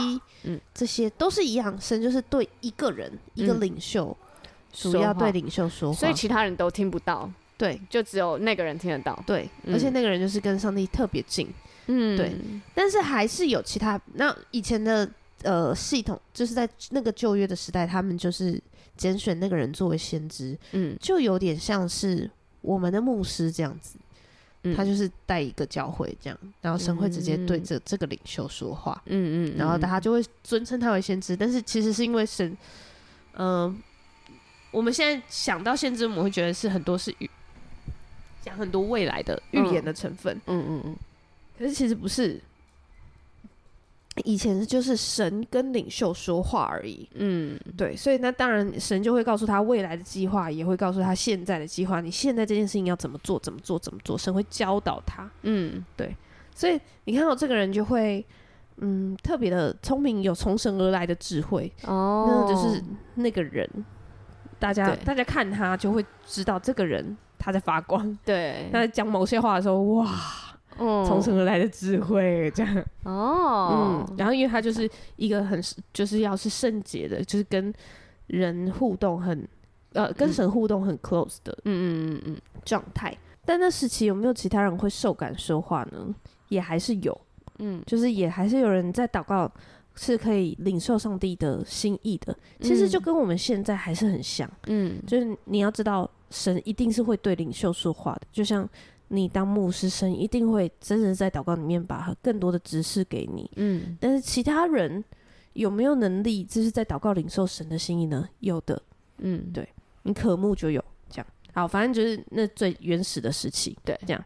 [SPEAKER 1] 嗯，
[SPEAKER 2] 这些都是一样，神就是对一个人、一个
[SPEAKER 1] 嗯
[SPEAKER 2] 领袖，
[SPEAKER 1] 说
[SPEAKER 2] 主要
[SPEAKER 1] 话
[SPEAKER 2] 对领袖说话，
[SPEAKER 1] 所以其他人都听不到，
[SPEAKER 2] 对
[SPEAKER 1] 就只有那个人听得到。
[SPEAKER 2] 对，
[SPEAKER 1] 嗯
[SPEAKER 2] 而且那个人就是跟上帝特别近，
[SPEAKER 1] 嗯，
[SPEAKER 2] 对但是还是有其他那以前的。呃，系统就是在那个旧约的时代，他们就是拣选那个人作为先知，
[SPEAKER 1] 嗯
[SPEAKER 2] 就有点像是我们的牧师这样子，
[SPEAKER 1] 嗯
[SPEAKER 2] 他就是带一个教会这样，然后神会直接对着这个领袖说话，
[SPEAKER 1] 嗯嗯，
[SPEAKER 2] 然后大
[SPEAKER 1] 他
[SPEAKER 2] 家就会尊称他为先知。但是其实是因为神，嗯、我们现在想到先知，我们会觉得是很多是预讲很多未来的预言的成分，
[SPEAKER 1] 嗯嗯嗯
[SPEAKER 2] 可是其实不是。以前就是神跟领袖说话而已，
[SPEAKER 1] 嗯
[SPEAKER 2] 对，所以那当然，神就会告诉他未来的计划，也会告诉他现在的计划。你现在这件事情要怎么做，怎么做，怎么做，神会教导他。
[SPEAKER 1] 嗯
[SPEAKER 2] 所以你看到这个人就会，嗯，特别的聪明，有从神而来的智慧，
[SPEAKER 1] 嗯哦，
[SPEAKER 2] 那就是那个人。大家
[SPEAKER 1] 对
[SPEAKER 2] 大家看他就会知道这个人他在发光。
[SPEAKER 1] 对，哦
[SPEAKER 2] 他在讲某些话的时候，哇，从
[SPEAKER 1] 从
[SPEAKER 2] 神而来的智慧这样。
[SPEAKER 1] 哦
[SPEAKER 2] 嗯，，然后因为他就是一个很就是要是圣洁的，就是跟人互动很呃
[SPEAKER 1] 嗯
[SPEAKER 2] 跟神互动很 close 的
[SPEAKER 1] 嗯嗯嗯嗯
[SPEAKER 2] 状态。但那时期有没有其他人会受感说话呢？也还是有，
[SPEAKER 1] 嗯，
[SPEAKER 2] 就是也还是有人在祷告是可以领受上帝的心意的。其实就跟我们现在还是很像，
[SPEAKER 1] 嗯
[SPEAKER 2] 就是你要知道神一定是会对领袖说话的，就像。你当牧师，神一定会真的在祷告里面把更多的指示给你，
[SPEAKER 1] 嗯
[SPEAKER 2] 但是其他人有没有能力，就是在祷告领受神的心意呢？有的，
[SPEAKER 1] 嗯，
[SPEAKER 2] 对你渴慕就有这样。好，反正就是那最原始的时期，
[SPEAKER 1] 对
[SPEAKER 2] 这样。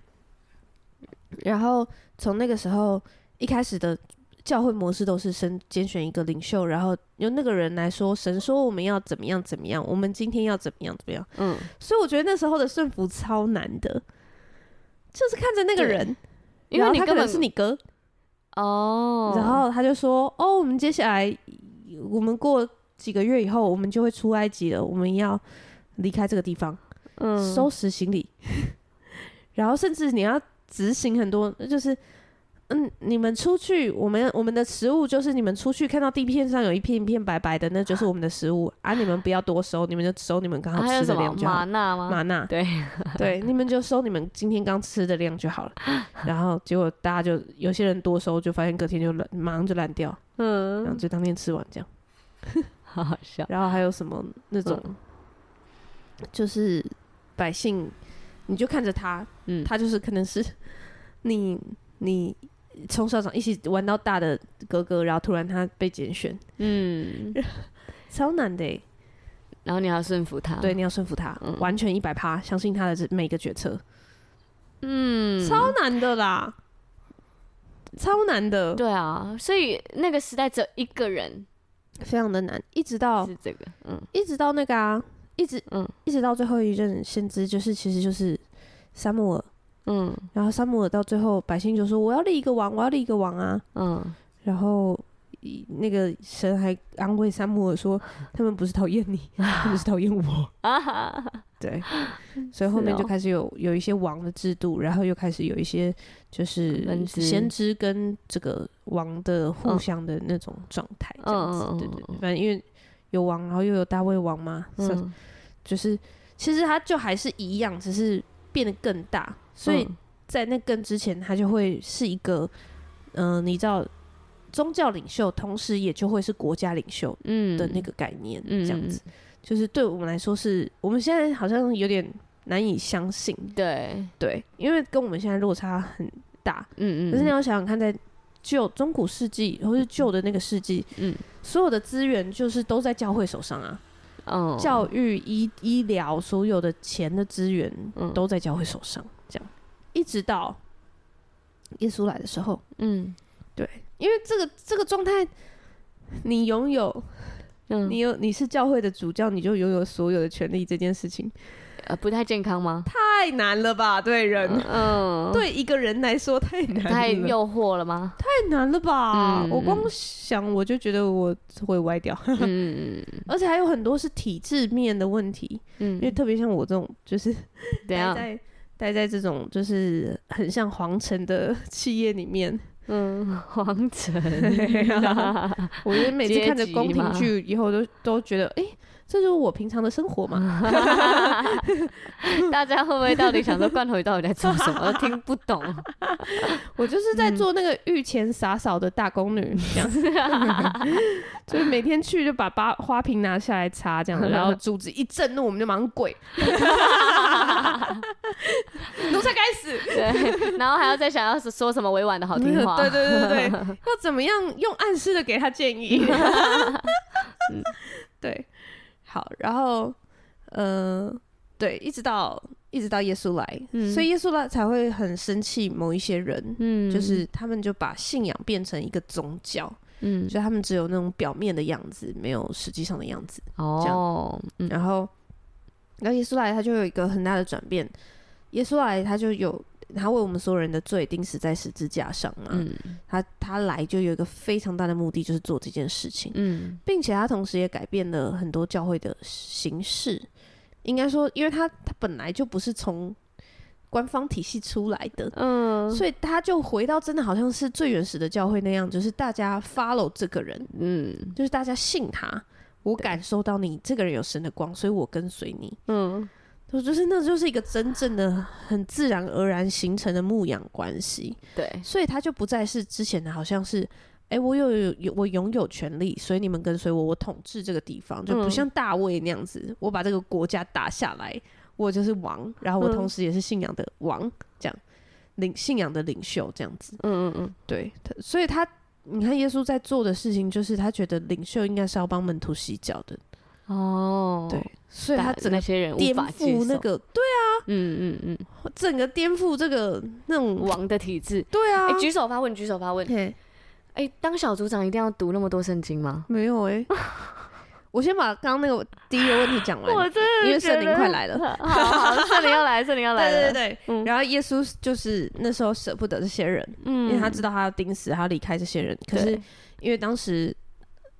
[SPEAKER 2] 然后从那个时候一开始的教会模式都是神拣选一个领袖，然后由那个人来说，神说我们要怎么样怎么样，我们今天要怎么样怎么样。
[SPEAKER 1] 嗯
[SPEAKER 2] 所以我觉得那时候的顺服超难的，就是看着那个
[SPEAKER 1] 对
[SPEAKER 2] 人，
[SPEAKER 1] 因为
[SPEAKER 2] 然后
[SPEAKER 1] 你
[SPEAKER 2] 他可
[SPEAKER 1] 根
[SPEAKER 2] 能
[SPEAKER 1] 本
[SPEAKER 2] 是你哥，
[SPEAKER 1] 哦，
[SPEAKER 2] 然后他就说：“哦，我们接下来，我们过几个月以后，我们就会出埃及了，我们要离开这个地方，
[SPEAKER 1] 嗯
[SPEAKER 2] 收拾行李， 然后甚至你要执行很多，就是，嗯，你们出去，我们我们的食物就是你们出去看到地片上有一片一片白白的，那就是我们的食物啊，你们不要多收，你们就收你们刚好
[SPEAKER 1] 啊还有
[SPEAKER 2] 吃
[SPEAKER 1] 什
[SPEAKER 2] 的
[SPEAKER 1] 么
[SPEAKER 2] 量就好
[SPEAKER 1] 玛。纳吗？
[SPEAKER 2] 玛纳，
[SPEAKER 1] 对
[SPEAKER 2] 对，你们就收你们今天刚吃的量就好了。然后结果大家就有些人多收，就发现隔天就烂，马上就烂掉。然后
[SPEAKER 1] 嗯，
[SPEAKER 2] 就当天吃完这样。
[SPEAKER 1] 好好笑。
[SPEAKER 2] 然后还有什么那种，
[SPEAKER 1] 嗯
[SPEAKER 2] 就是百姓，你就看着他，
[SPEAKER 1] 嗯
[SPEAKER 2] 他就是可能是你你从小长一起玩到大的哥哥，然后突然他被拣选，
[SPEAKER 1] 嗯，
[SPEAKER 2] 超难的欸、
[SPEAKER 1] 然后你还要顺服他，
[SPEAKER 2] 对，，你要顺服他，
[SPEAKER 1] 嗯
[SPEAKER 2] 完全一百趴，相信他的这每个决策，
[SPEAKER 1] 嗯，
[SPEAKER 2] 超难的啦，超难的，
[SPEAKER 1] 对啊，所以那个时代只有一个人
[SPEAKER 2] 非常的难，一直到
[SPEAKER 1] 是这个，嗯
[SPEAKER 2] 一直到那个啊，一直
[SPEAKER 1] 嗯
[SPEAKER 2] 一直到最后一任先知，就是其实就是萨姆尔，
[SPEAKER 1] 嗯
[SPEAKER 2] 然后萨姆尔到最后，百姓就说我要立一个王，我要立一个王啊，
[SPEAKER 1] 嗯，
[SPEAKER 2] 然后。一那个神还安慰萨姆 尔说：“他们不是讨厌你，他们是讨厌我。
[SPEAKER 1] 啊哈，”
[SPEAKER 2] 对，所以后面
[SPEAKER 1] 是哦
[SPEAKER 2] 就开始有有一些王的制度，然后又开始有一些就是
[SPEAKER 1] 分支
[SPEAKER 2] 先知跟这个王的互
[SPEAKER 1] 嗯
[SPEAKER 2] 相的那种状态，这样
[SPEAKER 1] 嗯
[SPEAKER 2] 子。
[SPEAKER 1] 嗯嗯
[SPEAKER 2] 对对
[SPEAKER 1] 嗯
[SPEAKER 2] 对
[SPEAKER 1] 嗯，
[SPEAKER 2] 反正因为有王，然后又有大卫王嘛，所以
[SPEAKER 1] 嗯，
[SPEAKER 2] 就是其实它就还是一样，只是变得更大。所以
[SPEAKER 1] 嗯
[SPEAKER 2] 在那更之前，它就会是一个，嗯、你知道宗教领袖，同时也就会是国家领袖
[SPEAKER 1] 嗯
[SPEAKER 2] 的那个概念，
[SPEAKER 1] 嗯
[SPEAKER 2] 这样子，就是对我们来说是，我们现在好像有点难以相信，
[SPEAKER 1] 对，
[SPEAKER 2] 对，因为跟我们现在落差很大。
[SPEAKER 1] 嗯嗯，
[SPEAKER 2] 可是你要想想看，在旧中古世纪或是旧的那个世纪，
[SPEAKER 1] 嗯
[SPEAKER 2] 所有的资源就是都在教会手上啊。
[SPEAKER 1] 嗯
[SPEAKER 2] 教育、医医疗所有的钱的资源
[SPEAKER 1] 嗯
[SPEAKER 2] 都在教会手上，这样一直到耶稣来的时候，
[SPEAKER 1] 嗯
[SPEAKER 2] 对，因为这个这个状态，你拥有，
[SPEAKER 1] 嗯，
[SPEAKER 2] 你有你是教会的主教，你就拥有所有的权利，这件事情
[SPEAKER 1] 呃不太健康吗？
[SPEAKER 2] 太难了吧？对人，
[SPEAKER 1] 嗯，
[SPEAKER 2] 对一个人来说太难了，
[SPEAKER 1] 太诱惑了 吗？
[SPEAKER 2] 太难了吧？
[SPEAKER 1] 嗯
[SPEAKER 2] 我光
[SPEAKER 1] 嗯
[SPEAKER 2] 想我就觉得我会歪掉，
[SPEAKER 1] 嗯
[SPEAKER 2] 而且还有很多是体制面的问题，
[SPEAKER 1] 嗯
[SPEAKER 2] 因为
[SPEAKER 1] 嗯，
[SPEAKER 2] 特别像我这种就是。
[SPEAKER 1] 怎
[SPEAKER 2] 待
[SPEAKER 1] 样？
[SPEAKER 2] 在待在这种就是很像皇城的企业 里面，
[SPEAKER 1] 嗯，皇城，
[SPEAKER 2] 我觉得每次看着
[SPEAKER 1] 阶级
[SPEAKER 2] 宫廷
[SPEAKER 1] 吗
[SPEAKER 2] 剧以后都都觉得，哎、这就是我平常的生活
[SPEAKER 1] 嗯
[SPEAKER 2] 嘛。
[SPEAKER 1] 大家会不会到底想说罐头鱼到底在做什么？听不懂。
[SPEAKER 2] 我就是
[SPEAKER 1] 嗯
[SPEAKER 2] 在做那个御前洒扫的大 宫女，这样，就是每天去就把把花瓶拿下来 擦，这样，然后主子一震怒，我们就马上跪，奴才该死。
[SPEAKER 1] 对，然后还要再想要说什么委婉的好听话。
[SPEAKER 2] 对对对 对对，要怎么样用暗示的给他建议？对，好，然后，呃，对，一直到一直到耶稣来，
[SPEAKER 1] 嗯
[SPEAKER 2] 所以耶稣来才会很生气某一些人，
[SPEAKER 1] 嗯
[SPEAKER 2] 就是他们就把信仰变成一个宗教，
[SPEAKER 1] 嗯
[SPEAKER 2] 就他们只有那种表面的样子，没有实际上的样子。
[SPEAKER 1] 哦嗯
[SPEAKER 2] 然后，然后耶稣来，他就有一个很大的转变，耶稣来他就有。他为我们所有人的罪钉死在十字架上嘛，
[SPEAKER 1] 嗯
[SPEAKER 2] 他他来就有一个非常大的目的，就是做这件事情，
[SPEAKER 1] 嗯
[SPEAKER 2] 并且他同时也改变了很多教会的形式。应该说，因为他他本来就不是从官方体系出来的，
[SPEAKER 1] 嗯
[SPEAKER 2] 所以他就回到真的好像是最原始的教会那样，就是大家 follow 这个人，
[SPEAKER 1] 嗯
[SPEAKER 2] 就是大家信他。我感受到你这个人有神的光，所以我跟随你。
[SPEAKER 1] 嗯
[SPEAKER 2] 就就是那就是一个真正的很自然而然形成的牧养关系。
[SPEAKER 1] 对
[SPEAKER 2] 所以他就不再是之前的，好像是，哎、我有有有我拥有权利，所以你们跟随我，我统治这个地方，就不
[SPEAKER 1] 嗯
[SPEAKER 2] 像大卫那样子，我把这个国家打下来，我就是王，然后我
[SPEAKER 1] 嗯
[SPEAKER 2] 同时也是信仰的王，这样领信仰的领袖这样子。
[SPEAKER 1] 嗯嗯嗯
[SPEAKER 2] 对，他所以他你看耶稣在做的事情，就是他觉得领袖应该是要帮门徒洗脚的，
[SPEAKER 1] 哦
[SPEAKER 2] 对，，所以他整
[SPEAKER 1] 那
[SPEAKER 2] 个
[SPEAKER 1] 些人无
[SPEAKER 2] 颠
[SPEAKER 1] 法接
[SPEAKER 2] 覆那
[SPEAKER 1] 受。
[SPEAKER 2] 个，对，
[SPEAKER 1] 嗯嗯嗯，
[SPEAKER 2] 整个颠覆这个那种，
[SPEAKER 1] 王的体制。
[SPEAKER 2] 对啊
[SPEAKER 1] 哎，，举手发问，举手发问。
[SPEAKER 2] 嘿
[SPEAKER 1] 哎，当小组长一定要读那么多圣经吗？
[SPEAKER 2] 没有 哎、我先把刚刚那个第一个问题讲完，
[SPEAKER 1] 真
[SPEAKER 2] 因为圣灵快来了。
[SPEAKER 1] 好好，圣灵要来，圣灵要来
[SPEAKER 2] 对对
[SPEAKER 1] 了。
[SPEAKER 2] 对，
[SPEAKER 1] 嗯
[SPEAKER 2] 然后耶稣就是那时候舍不得这些人，
[SPEAKER 1] 嗯
[SPEAKER 2] 因为他知道他要钉死，他要离开这些人。可是
[SPEAKER 1] 对
[SPEAKER 2] 因为当时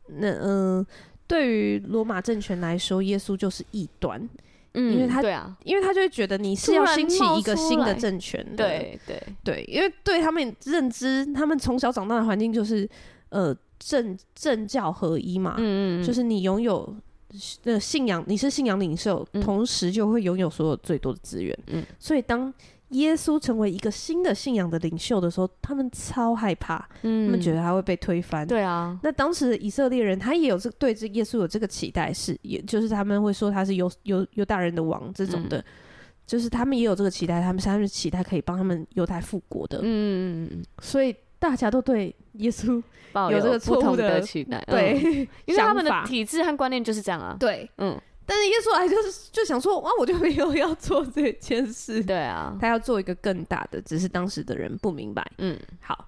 [SPEAKER 2] 那嗯、对于罗马政权来说，耶稣就是异端，
[SPEAKER 1] 嗯，
[SPEAKER 2] 因为他
[SPEAKER 1] 对啊，
[SPEAKER 2] 因为他就会觉得你是要兴起一个新的政权的。
[SPEAKER 1] 对对，
[SPEAKER 2] 对，因为对他们认知，他们从小长大的环境就是呃政政教合一嘛，
[SPEAKER 1] 嗯嗯，
[SPEAKER 2] 啊就是是你拥有呃信仰，你是信仰领袖，
[SPEAKER 1] 嗯
[SPEAKER 2] 同时就会拥有所有最多的资源。
[SPEAKER 1] 嗯
[SPEAKER 2] 所以当耶稣成为一个新的信仰的领袖的时候，他们超害怕，他
[SPEAKER 1] 嗯
[SPEAKER 2] 们觉得他会被推翻。
[SPEAKER 1] 对啊，
[SPEAKER 2] 那当时的以色列人，他也有这对这耶稣有这个期待，是也就是他们会说他是犹犹犹大人的王这种的，
[SPEAKER 1] 嗯
[SPEAKER 2] 就是他们也有这个期待，他们他们期待可以帮他们犹太复国的，
[SPEAKER 1] 嗯嗯嗯嗯，
[SPEAKER 2] 所以大家都对耶稣
[SPEAKER 1] 抱
[SPEAKER 2] 有这个错
[SPEAKER 1] 不
[SPEAKER 2] 误
[SPEAKER 1] 同
[SPEAKER 2] 的
[SPEAKER 1] 期待，嗯
[SPEAKER 2] 对、
[SPEAKER 1] 因为他们
[SPEAKER 2] 想
[SPEAKER 1] 的
[SPEAKER 2] 法
[SPEAKER 1] 体制和观念就是这样啊。
[SPEAKER 2] 对
[SPEAKER 1] 嗯，
[SPEAKER 2] 但是耶稣来就是就想说，哇，我就没有要做这件事，
[SPEAKER 1] 对啊，
[SPEAKER 2] 他要做一个更大的，只是当时的人不明白。
[SPEAKER 1] 嗯
[SPEAKER 2] 好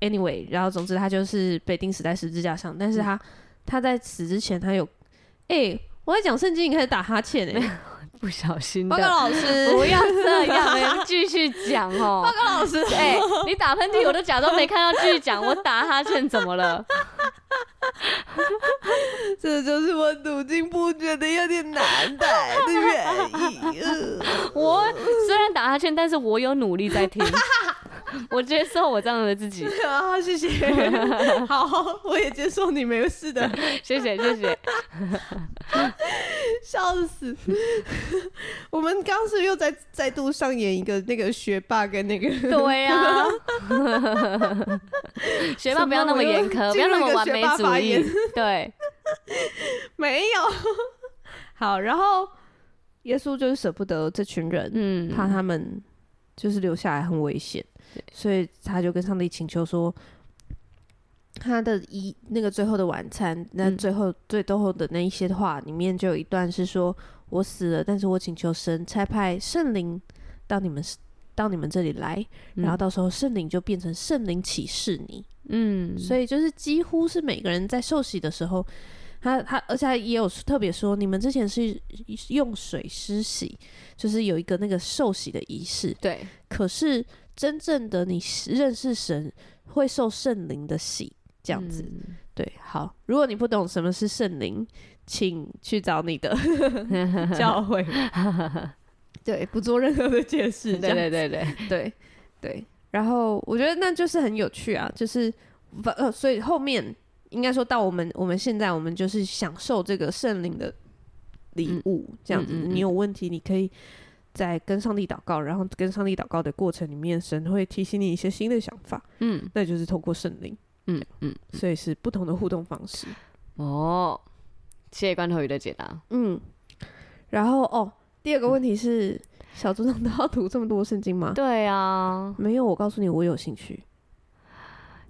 [SPEAKER 2] ，anyway，然后总之他就是被钉死在十字架上，但是他、他在死之前他有，哎、我我在讲圣经，你开始打哈 欠哎、
[SPEAKER 1] 不小心
[SPEAKER 2] 报告
[SPEAKER 1] 的。
[SPEAKER 2] 老师，
[SPEAKER 1] 不要这样，你继续讲哦。
[SPEAKER 2] 报告老 师，
[SPEAKER 1] 哎、你打喷嚏我都假装没看到，继续讲。我打哈欠怎么 了？
[SPEAKER 2] 这就是我赌进不觉得有点难带的原 因。
[SPEAKER 1] 我虽然打哈欠，但是我有努力在听。 我接受我这样的自己，
[SPEAKER 2] 啊，谢谢。 好，我也接受你没有事的，
[SPEAKER 1] 谢谢谢谢。
[SPEAKER 2] 笑死。 我们刚是又再再度上演一个那个学霸跟那个，
[SPEAKER 1] 对呀、啊，学霸不要那么严苛，不要那么完美主义。对，
[SPEAKER 2] 没有。好，然后耶稣就是舍不得这群人，
[SPEAKER 1] 嗯，
[SPEAKER 2] 怕他们就是留下来很危险，所以他就跟上帝请求说，他的一那个最后的晚餐，那
[SPEAKER 1] 嗯
[SPEAKER 2] 最后、最最后的那一些话里面就有一段是说我死了，但是我请求神差派圣灵到你们到你们这里来，
[SPEAKER 1] 嗯
[SPEAKER 2] 然后到时候圣灵就变成圣灵启示你，
[SPEAKER 1] 嗯，
[SPEAKER 2] 所以就是几乎是每个人在受洗的时候。他他，而且他也有特别说，你们之前是用水施洗，就是有一个那个受洗的仪式，
[SPEAKER 1] 对，
[SPEAKER 2] 可是真正的你认识神，会受圣灵的洗，这样子。对，好，如果你不懂什么是圣灵，请去找你的 教会。 对，不做任何的解 释。这
[SPEAKER 1] 对
[SPEAKER 2] 样
[SPEAKER 1] 嗯对对对，
[SPEAKER 2] 对对，然后我觉得那就是很有趣啊，就是反呃，所以后面应该说到我们我们现在我们就是享受这个圣灵的礼物，这样子。
[SPEAKER 1] 嗯嗯嗯
[SPEAKER 2] 你有问题，你可以在跟上帝祷告，然后跟上帝祷告的过程里面，神会提醒你一些新的想法，
[SPEAKER 1] 嗯
[SPEAKER 2] 那就是透过圣灵，
[SPEAKER 1] 嗯嗯，
[SPEAKER 2] 所以是不同的互动方式。
[SPEAKER 1] 哦，谢谢罐头鱼的解答。
[SPEAKER 2] 嗯，然后哦，第二个问题是，小组长都要 读这么多圣经吗？
[SPEAKER 1] 嗯对啊，
[SPEAKER 2] 没有，我告诉你，我有兴趣。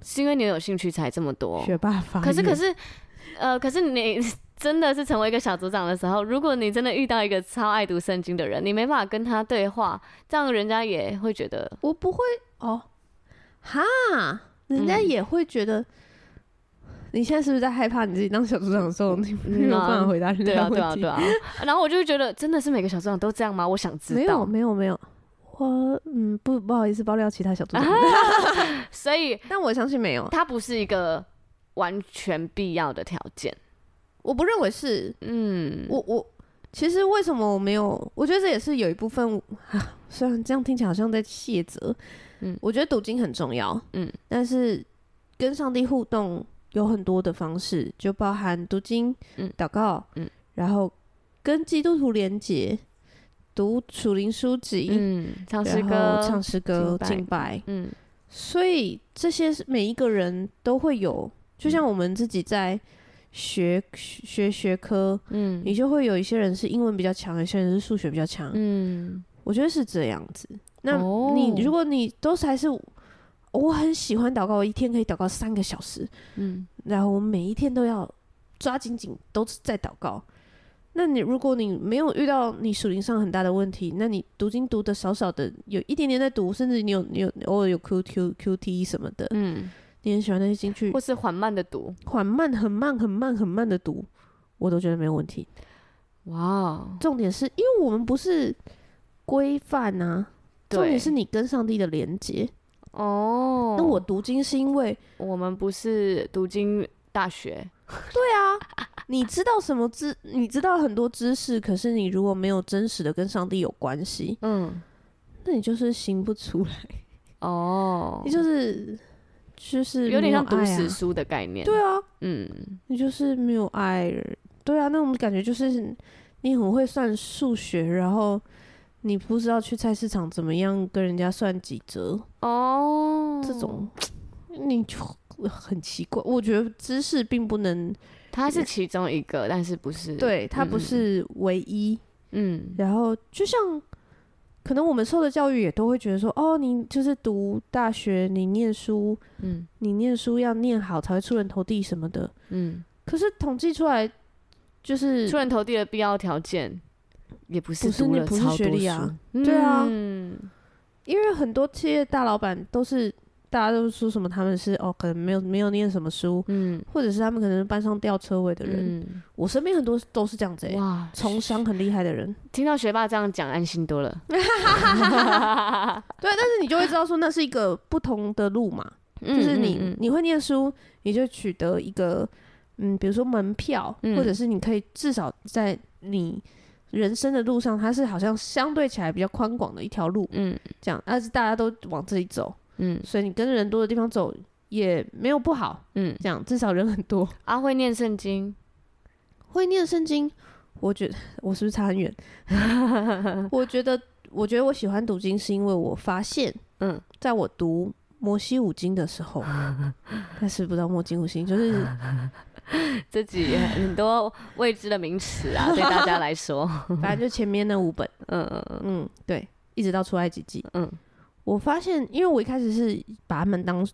[SPEAKER 1] 是因为你有兴趣才这么多。
[SPEAKER 2] 学霸法。
[SPEAKER 1] 哦可是可是，呃，可是你 真的是成为一个小组长的时候，如果你真的遇到一个超爱读圣经的人，你没办法跟他对话，这样人家也会觉得
[SPEAKER 2] 我不会哦，哈，人家
[SPEAKER 1] 嗯
[SPEAKER 2] 也会觉得。你现在是不是在害怕你自己当小组长的时候，你
[SPEAKER 1] 嗯啊
[SPEAKER 2] 没有办法回答人
[SPEAKER 1] 对
[SPEAKER 2] 家
[SPEAKER 1] 啊
[SPEAKER 2] 的问题？
[SPEAKER 1] 对啊对啊。然后我就会觉得，真的是每个小组长都这样吗？我想
[SPEAKER 2] 没
[SPEAKER 1] 知
[SPEAKER 2] 有
[SPEAKER 1] 道。
[SPEAKER 2] 没有没有，我嗯不不好意思爆料其他小 组长，
[SPEAKER 1] 所以
[SPEAKER 2] 但我相信没有，
[SPEAKER 1] 它不是一个完全必要的条件。
[SPEAKER 2] 我不认为是
[SPEAKER 1] 嗯，
[SPEAKER 2] 我我其实为什么我没有？我觉得这也是有一部分啊，虽然这样听起来好像在卸责，
[SPEAKER 1] 嗯
[SPEAKER 2] 我觉得读经很重要，
[SPEAKER 1] 嗯，
[SPEAKER 2] 但是跟上帝互动有很多的方式，就包含读经、
[SPEAKER 1] 嗯
[SPEAKER 2] 祷告，
[SPEAKER 1] 嗯，
[SPEAKER 2] 然后跟基督徒连结，读属灵书籍，
[SPEAKER 1] 嗯，唱诗
[SPEAKER 2] 然
[SPEAKER 1] 歌
[SPEAKER 2] 后，唱诗
[SPEAKER 1] 敬
[SPEAKER 2] 歌、
[SPEAKER 1] 拜
[SPEAKER 2] 敬拜，
[SPEAKER 1] 嗯
[SPEAKER 2] 所以这些是每一个人都会有，就
[SPEAKER 1] 嗯
[SPEAKER 2] 像我们自己在学学学科，
[SPEAKER 1] 嗯
[SPEAKER 2] 你就会有一些人是英文比较强，有些人是数学比较强。
[SPEAKER 1] 嗯，
[SPEAKER 2] 我觉得是这样子。那
[SPEAKER 1] 哦
[SPEAKER 2] 你、如果你都是还是，我很喜欢祷告，我一天可以祷告三个小时，
[SPEAKER 1] 嗯
[SPEAKER 2] 然后我每一天都要抓紧紧，都是在祷告。那你如果你没有遇到你属灵上很大的问题，那你读经读的少少的，有一点点在读，甚至你有你有你偶尔有 Q Q Q T E 什么的，
[SPEAKER 1] 嗯，
[SPEAKER 2] 你很喜欢那些经去
[SPEAKER 1] 或是缓慢的读，
[SPEAKER 2] 缓慢、很慢、很慢、很慢的读，我都觉得没有问题。
[SPEAKER 1] 哇哦，
[SPEAKER 2] 重点是因为我们不是规范啊，重
[SPEAKER 1] 对
[SPEAKER 2] 点是你跟上帝的连接。
[SPEAKER 1] 哦，
[SPEAKER 2] 那我读经是因为
[SPEAKER 1] 我们不是读经大学，
[SPEAKER 2] 啊你知道什么知，你知道很多知识，可是你如果没有真实的跟上帝有关系，
[SPEAKER 1] 嗯，
[SPEAKER 2] 那你就是行不出来，
[SPEAKER 1] 哦
[SPEAKER 2] 你，就是就是
[SPEAKER 1] 有点像
[SPEAKER 2] 没有
[SPEAKER 1] 读
[SPEAKER 2] 爱啊
[SPEAKER 1] 史书的概念，
[SPEAKER 2] 对啊，
[SPEAKER 1] 嗯
[SPEAKER 2] 你就是没有爱，对啊，那种感觉就是你很会算数学，然后你不知道去菜市场怎么样跟人家算几折，
[SPEAKER 1] 哦，
[SPEAKER 2] 这种
[SPEAKER 1] 嗯
[SPEAKER 2] 你就很奇怪。我觉得知识并不能，
[SPEAKER 1] 它是其中一个，但是不是，
[SPEAKER 2] 对它不是唯一。
[SPEAKER 1] 嗯，
[SPEAKER 2] 然后就像可能我们受的教育也都会觉得说，哦，你就是读大学，你念书，
[SPEAKER 1] 嗯
[SPEAKER 2] 你念书要念好才会出人头地什么的。
[SPEAKER 1] 嗯
[SPEAKER 2] 可是统计出来就是
[SPEAKER 1] 出人头地的必要条件，也不是
[SPEAKER 2] 不是
[SPEAKER 1] 读
[SPEAKER 2] 你
[SPEAKER 1] 了
[SPEAKER 2] 不是
[SPEAKER 1] 超
[SPEAKER 2] 学
[SPEAKER 1] 多嗯
[SPEAKER 2] 历啊
[SPEAKER 1] 书
[SPEAKER 2] 对啊
[SPEAKER 1] 嗯
[SPEAKER 2] 因为很多企业大老板都是大家都说什么他们是哦，可能没有没有念什么书，
[SPEAKER 1] 嗯
[SPEAKER 2] 或者是他们可能是班上吊车尾的人。
[SPEAKER 1] 嗯，
[SPEAKER 2] 我身边很多都是这样子、欸，
[SPEAKER 1] 哇，
[SPEAKER 2] 从商很厉害的人。
[SPEAKER 1] 听到学霸这样讲，安心多 了。
[SPEAKER 2] 对，但是你就会知道说那是一个不同的路嘛，
[SPEAKER 1] 就
[SPEAKER 2] 就是你、你会念书，你就取得一个嗯，比如说门票，
[SPEAKER 1] 嗯
[SPEAKER 2] 或者是你可以至少在你人生的路上，它是好像相对起来比较宽广的一条路，
[SPEAKER 1] 嗯
[SPEAKER 2] 这样，但是大家都往这里走，
[SPEAKER 1] 嗯
[SPEAKER 2] 所以你跟人多的地方走也没有不好，
[SPEAKER 1] 嗯，
[SPEAKER 2] 这样至少人很多。
[SPEAKER 1] 阿慧啊念圣经，
[SPEAKER 2] 会念圣经，我觉得 我是不是差很远？ 我觉得，我觉得我喜欢读经是因为我发现，
[SPEAKER 1] 嗯，
[SPEAKER 2] 在我读摩西五经的时 候，但是不知道摩经五经就是
[SPEAKER 1] 自己很多未知的名词 啊，对大家来说，
[SPEAKER 2] 反正就前面那五本，
[SPEAKER 1] 嗯嗯
[SPEAKER 2] 嗯，对，一直到出埃及记，
[SPEAKER 1] 嗯，
[SPEAKER 2] 我发现，因为我一开始是把它们当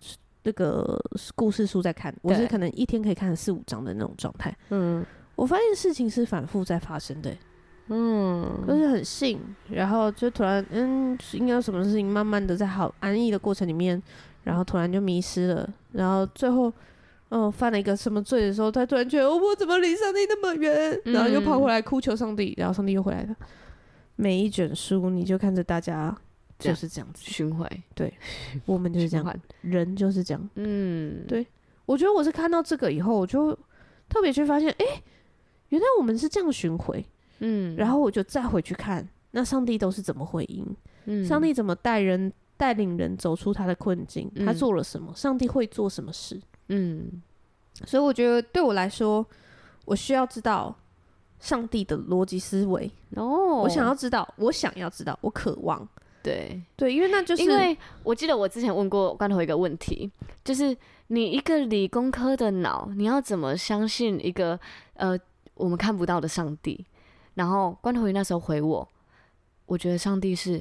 [SPEAKER 2] 那个故事书在看，我
[SPEAKER 1] 对
[SPEAKER 2] 是可能一天可以看四五章的那种状态。
[SPEAKER 1] 嗯
[SPEAKER 2] 我发现事情是反复在发生的、
[SPEAKER 1] 嗯
[SPEAKER 2] 就是很信，然后就突然嗯，应该有什么事情慢慢的在好安逸的过程里面，然后突然就迷失了，然后最后嗯犯了一个什么罪的时候，他突然觉得、哦、我怎么离上帝那么远，
[SPEAKER 1] 嗯
[SPEAKER 2] 然后又跑回来哭求上帝，然后上帝又回来了。每一卷书你就看着大家
[SPEAKER 1] 这
[SPEAKER 2] 就
[SPEAKER 1] 样
[SPEAKER 2] 是这样子，
[SPEAKER 1] 巡回
[SPEAKER 2] 我们就是
[SPEAKER 1] 循
[SPEAKER 2] 这样，
[SPEAKER 1] 环，
[SPEAKER 2] 人就是这样。
[SPEAKER 1] 嗯，
[SPEAKER 2] 对我觉得我是看到这个以后，我就特别去发现，诶，原来我们是这样巡回，
[SPEAKER 1] 嗯，
[SPEAKER 2] 然后我就再回去看，那上帝都是怎么回应。
[SPEAKER 1] 嗯
[SPEAKER 2] 上帝怎么带人带领人走出他的困境？
[SPEAKER 1] 嗯
[SPEAKER 2] 他做了什么？上帝会做什么事？
[SPEAKER 1] 嗯
[SPEAKER 2] 所以我觉得对我来说，我需要知道上帝的逻辑思维，
[SPEAKER 1] 哦，
[SPEAKER 2] 我想要知道，我想要知道，我渴望。
[SPEAKER 1] 对，
[SPEAKER 2] 对，因为那就是
[SPEAKER 1] 因为我记得我之前问过关头一个问题，就是你一个理工科的脑，你要怎么相信一个呃我们看不到的上帝？然后关头鱼那时候回我，我觉得上帝是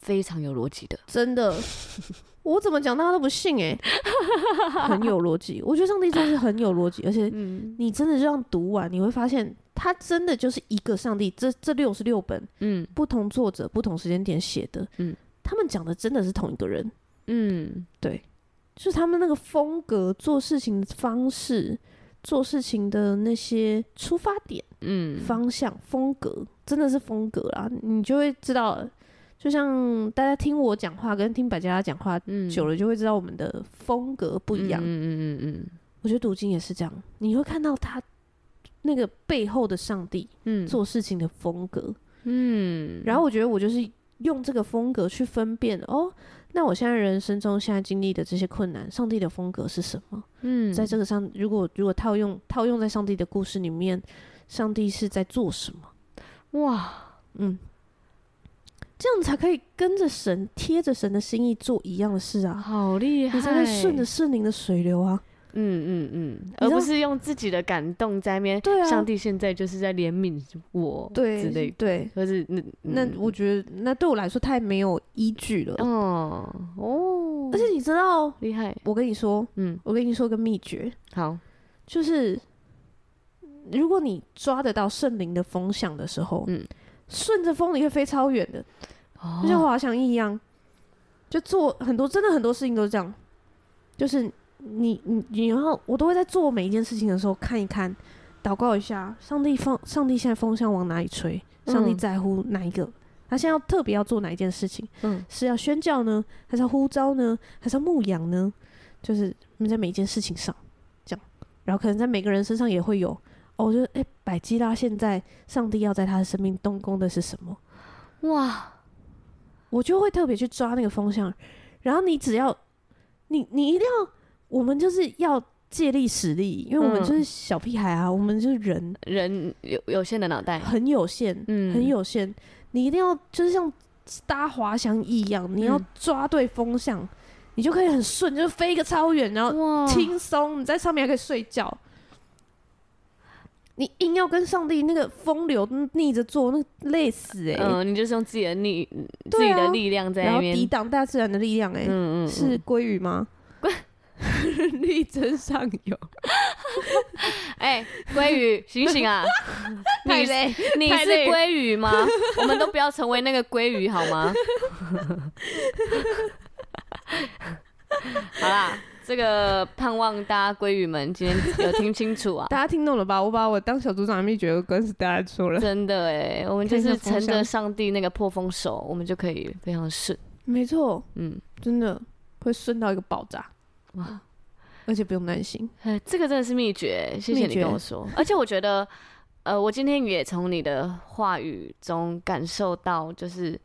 [SPEAKER 1] 非常有逻辑的。
[SPEAKER 2] 真的， 我怎么讲大家都不信哎、很有逻辑。我觉得上帝真的是很有逻辑，而且
[SPEAKER 1] 嗯
[SPEAKER 2] 你真的这样读完，你会发现他真的就是一个上帝。这这六十六本
[SPEAKER 1] 嗯
[SPEAKER 2] 不同作者、不同时间点写的，
[SPEAKER 1] 嗯
[SPEAKER 2] 他们讲的真的是同一个人。
[SPEAKER 1] 嗯
[SPEAKER 2] 就是他们那个风格、做事情的方式、做事情的那些出发点、
[SPEAKER 1] 嗯，
[SPEAKER 2] 方向、风格，真的是风格啦，你就会知道。就像大家听我讲话跟听百家讲话、
[SPEAKER 1] 嗯
[SPEAKER 2] 久了，就会知道我们的风格不一样。
[SPEAKER 1] 嗯嗯嗯
[SPEAKER 2] 我觉得读经也是这样，你会看到他那个背后的上帝
[SPEAKER 1] 嗯
[SPEAKER 2] 做事情的风格。
[SPEAKER 1] 嗯，
[SPEAKER 2] 然后我觉得我就是用这个风格去分辨哦，那我现在人生中现在经历的这些困难，上帝的风格是什么？
[SPEAKER 1] 嗯
[SPEAKER 2] 在这个上，如果如果套用套用在上帝的故事里面，上帝是在做什么？
[SPEAKER 1] 哇
[SPEAKER 2] 嗯，这样才可以跟着神，贴着神的心意做一样的事啊，
[SPEAKER 1] 好厉害，
[SPEAKER 2] 你才会顺着圣灵的水流啊。
[SPEAKER 1] 嗯嗯嗯，
[SPEAKER 2] 道
[SPEAKER 1] 而不是用自己的感动在面。
[SPEAKER 2] 对啊
[SPEAKER 1] 上帝现在就是在怜悯我，之类的。
[SPEAKER 2] 对
[SPEAKER 1] 嗯
[SPEAKER 2] 对，
[SPEAKER 1] 可是那
[SPEAKER 2] 那我觉得那对我来说太没有依据了。
[SPEAKER 1] 哦哦，
[SPEAKER 2] 呃而且你知道，
[SPEAKER 1] 厉害，
[SPEAKER 2] 我跟你说，
[SPEAKER 1] 嗯，
[SPEAKER 2] 我跟你说个秘诀，
[SPEAKER 1] 好，
[SPEAKER 2] 就是如果你抓得到圣灵的风向的时候，
[SPEAKER 1] 嗯
[SPEAKER 2] 顺着风你会飞超远的。就像
[SPEAKER 1] 哦，
[SPEAKER 2] 滑翔翼一样，就做很多，真的很多事情都是这样，就是你你你，然后我都会在做每一件事情的时候看一看，祷告一下，上帝风，上帝现在风向往哪里吹，上帝
[SPEAKER 1] 嗯
[SPEAKER 2] 在乎哪一个。他现在要特别要做哪一件事情？
[SPEAKER 1] 嗯
[SPEAKER 2] 是要宣教呢，还是要呼召呢，还是要牧养呢？就是我们在每一件事情上这样，然后可能在每个人身上也会有。哦，我觉得哎，百基拉现在上帝要在他的生命动工的是什么？
[SPEAKER 1] 哇，
[SPEAKER 2] 我就会特别去抓那个风向。然后你只要你你一定要，我们就是要借力使力，因为我
[SPEAKER 1] 嗯
[SPEAKER 2] 们就是小屁孩啊，我们就是人
[SPEAKER 1] 人有有限的脑袋，
[SPEAKER 2] 很有限，
[SPEAKER 1] 嗯
[SPEAKER 2] 很有限。你一定要就是像搭滑翔翼一样，你要
[SPEAKER 1] 嗯
[SPEAKER 2] 抓对风向，你就可以很顺，就是飞一个超远，然后
[SPEAKER 1] 哇，
[SPEAKER 2] 轻松，你在上面还可以睡觉。你硬要跟上帝那个风流逆着做，那累死哎、欸！
[SPEAKER 1] 嗯，你就是用自己的力，自
[SPEAKER 2] 对
[SPEAKER 1] 己
[SPEAKER 2] 啊
[SPEAKER 1] 的力量在
[SPEAKER 2] 然
[SPEAKER 1] 那
[SPEAKER 2] 后
[SPEAKER 1] 边，
[SPEAKER 2] 抵挡大自然的力量哎、欸
[SPEAKER 1] 嗯嗯，
[SPEAKER 2] 是
[SPEAKER 1] 嗯
[SPEAKER 2] 鲑 鱼吗？力争上 游，
[SPEAKER 1] 哎，鲑鱼，醒醒啊！ 你是
[SPEAKER 2] 累。
[SPEAKER 1] 你
[SPEAKER 2] 太
[SPEAKER 1] 是
[SPEAKER 2] 累
[SPEAKER 1] 鲑鱼 吗？我们都不要成为那个鲑鱼好吗？好啦，这个盼望大家闺女们今天有听清楚 啊，
[SPEAKER 2] 大家听懂了吧？我把我当小组长的秘诀都跟大家说了，
[SPEAKER 1] 真的哎，我们就
[SPEAKER 2] 看一下
[SPEAKER 1] 是
[SPEAKER 2] 风
[SPEAKER 1] 乘着
[SPEAKER 2] 向
[SPEAKER 1] 上帝那个破风手，我们就可以非常顺。
[SPEAKER 2] 没错，
[SPEAKER 1] 嗯，
[SPEAKER 2] 真的会顺到一个爆炸，
[SPEAKER 1] 哇，
[SPEAKER 2] 而且不用担心。
[SPEAKER 1] 呃，这个真的是秘诀，谢谢
[SPEAKER 2] 秘
[SPEAKER 1] 你
[SPEAKER 2] 诀
[SPEAKER 1] 跟我说。而且我觉得，呃，我今天也从你的话语中感受到，就是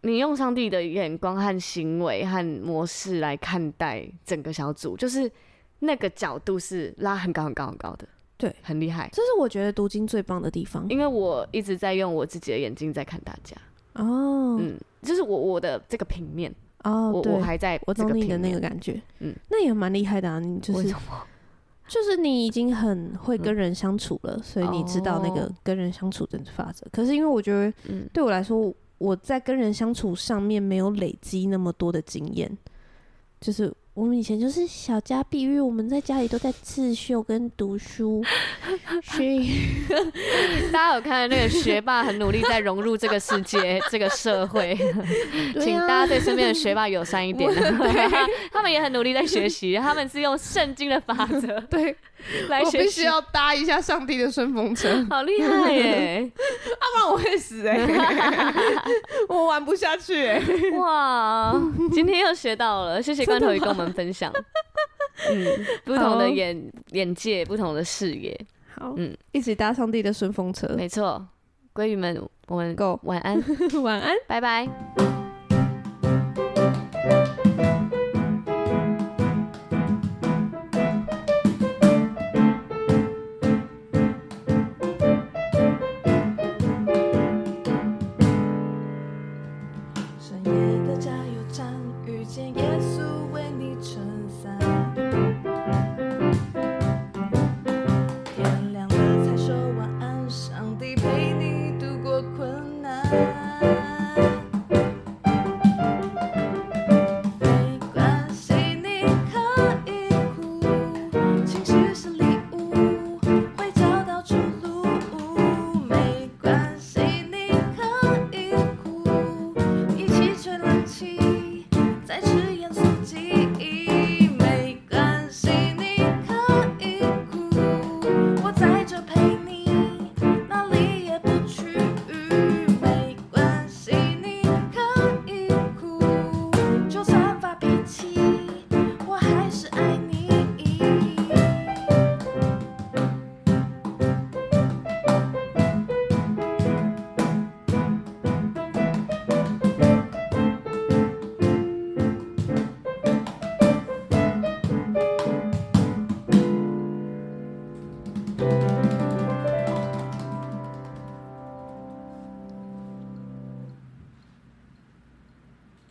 [SPEAKER 1] 你用上帝的眼光和行为和模式来看待整个小组，就是那个角度是拉很高很高很高的，
[SPEAKER 2] 对，
[SPEAKER 1] 很厉害。
[SPEAKER 2] 这是我觉得读经最棒的地方
[SPEAKER 1] 因为我一直在用我自己的眼睛在看大家，
[SPEAKER 2] 哦
[SPEAKER 1] 嗯，就是我我的这个平面，
[SPEAKER 2] 哦
[SPEAKER 1] 我，
[SPEAKER 2] 对
[SPEAKER 1] 我，还在
[SPEAKER 2] 我
[SPEAKER 1] 这个
[SPEAKER 2] 懂你的
[SPEAKER 1] 平
[SPEAKER 2] 那
[SPEAKER 1] 面
[SPEAKER 2] 个，感觉，
[SPEAKER 1] 嗯，
[SPEAKER 2] 那也蛮厉害的啊，你就
[SPEAKER 1] 为
[SPEAKER 2] 是
[SPEAKER 1] 什么？
[SPEAKER 2] 就是你已经很会跟人相处了，所以你知道那个
[SPEAKER 1] 哦
[SPEAKER 2] 跟人相处的法则。可是因为我觉得
[SPEAKER 1] 嗯，
[SPEAKER 2] 对我来说，我在跟人相处上面没有累积那么多的经验，就是我们以前就是小家碧玉，我们在家里都在刺绣跟读 书，所以
[SPEAKER 1] 大家有看到那个学霸很努力在融入这个世界、这个社会，
[SPEAKER 2] 对
[SPEAKER 1] 请
[SPEAKER 2] 啊
[SPEAKER 1] 大家对身边的学霸友善一 点。他们也很努力在学习，他们是用圣经的法则
[SPEAKER 2] 对，
[SPEAKER 1] 来
[SPEAKER 2] 我
[SPEAKER 1] 学
[SPEAKER 2] 必须
[SPEAKER 1] 习，
[SPEAKER 2] 要搭一下上帝的顺风车，要
[SPEAKER 1] 好厉害 耶！
[SPEAKER 2] 啊不然我会 死哎、我玩不下去哎、
[SPEAKER 1] 哇，今天又学到了，谢谢罐头鱼跟我们分享。嗯，不同
[SPEAKER 2] 好
[SPEAKER 1] 的眼眼界，不同的视野，
[SPEAKER 2] 好，
[SPEAKER 1] 嗯
[SPEAKER 2] 一起搭上帝的顺风车，
[SPEAKER 1] 没错。鲑鱼们，我们
[SPEAKER 2] 够，
[SPEAKER 1] 晚安，
[SPEAKER 2] 晚安。
[SPEAKER 1] 拜拜。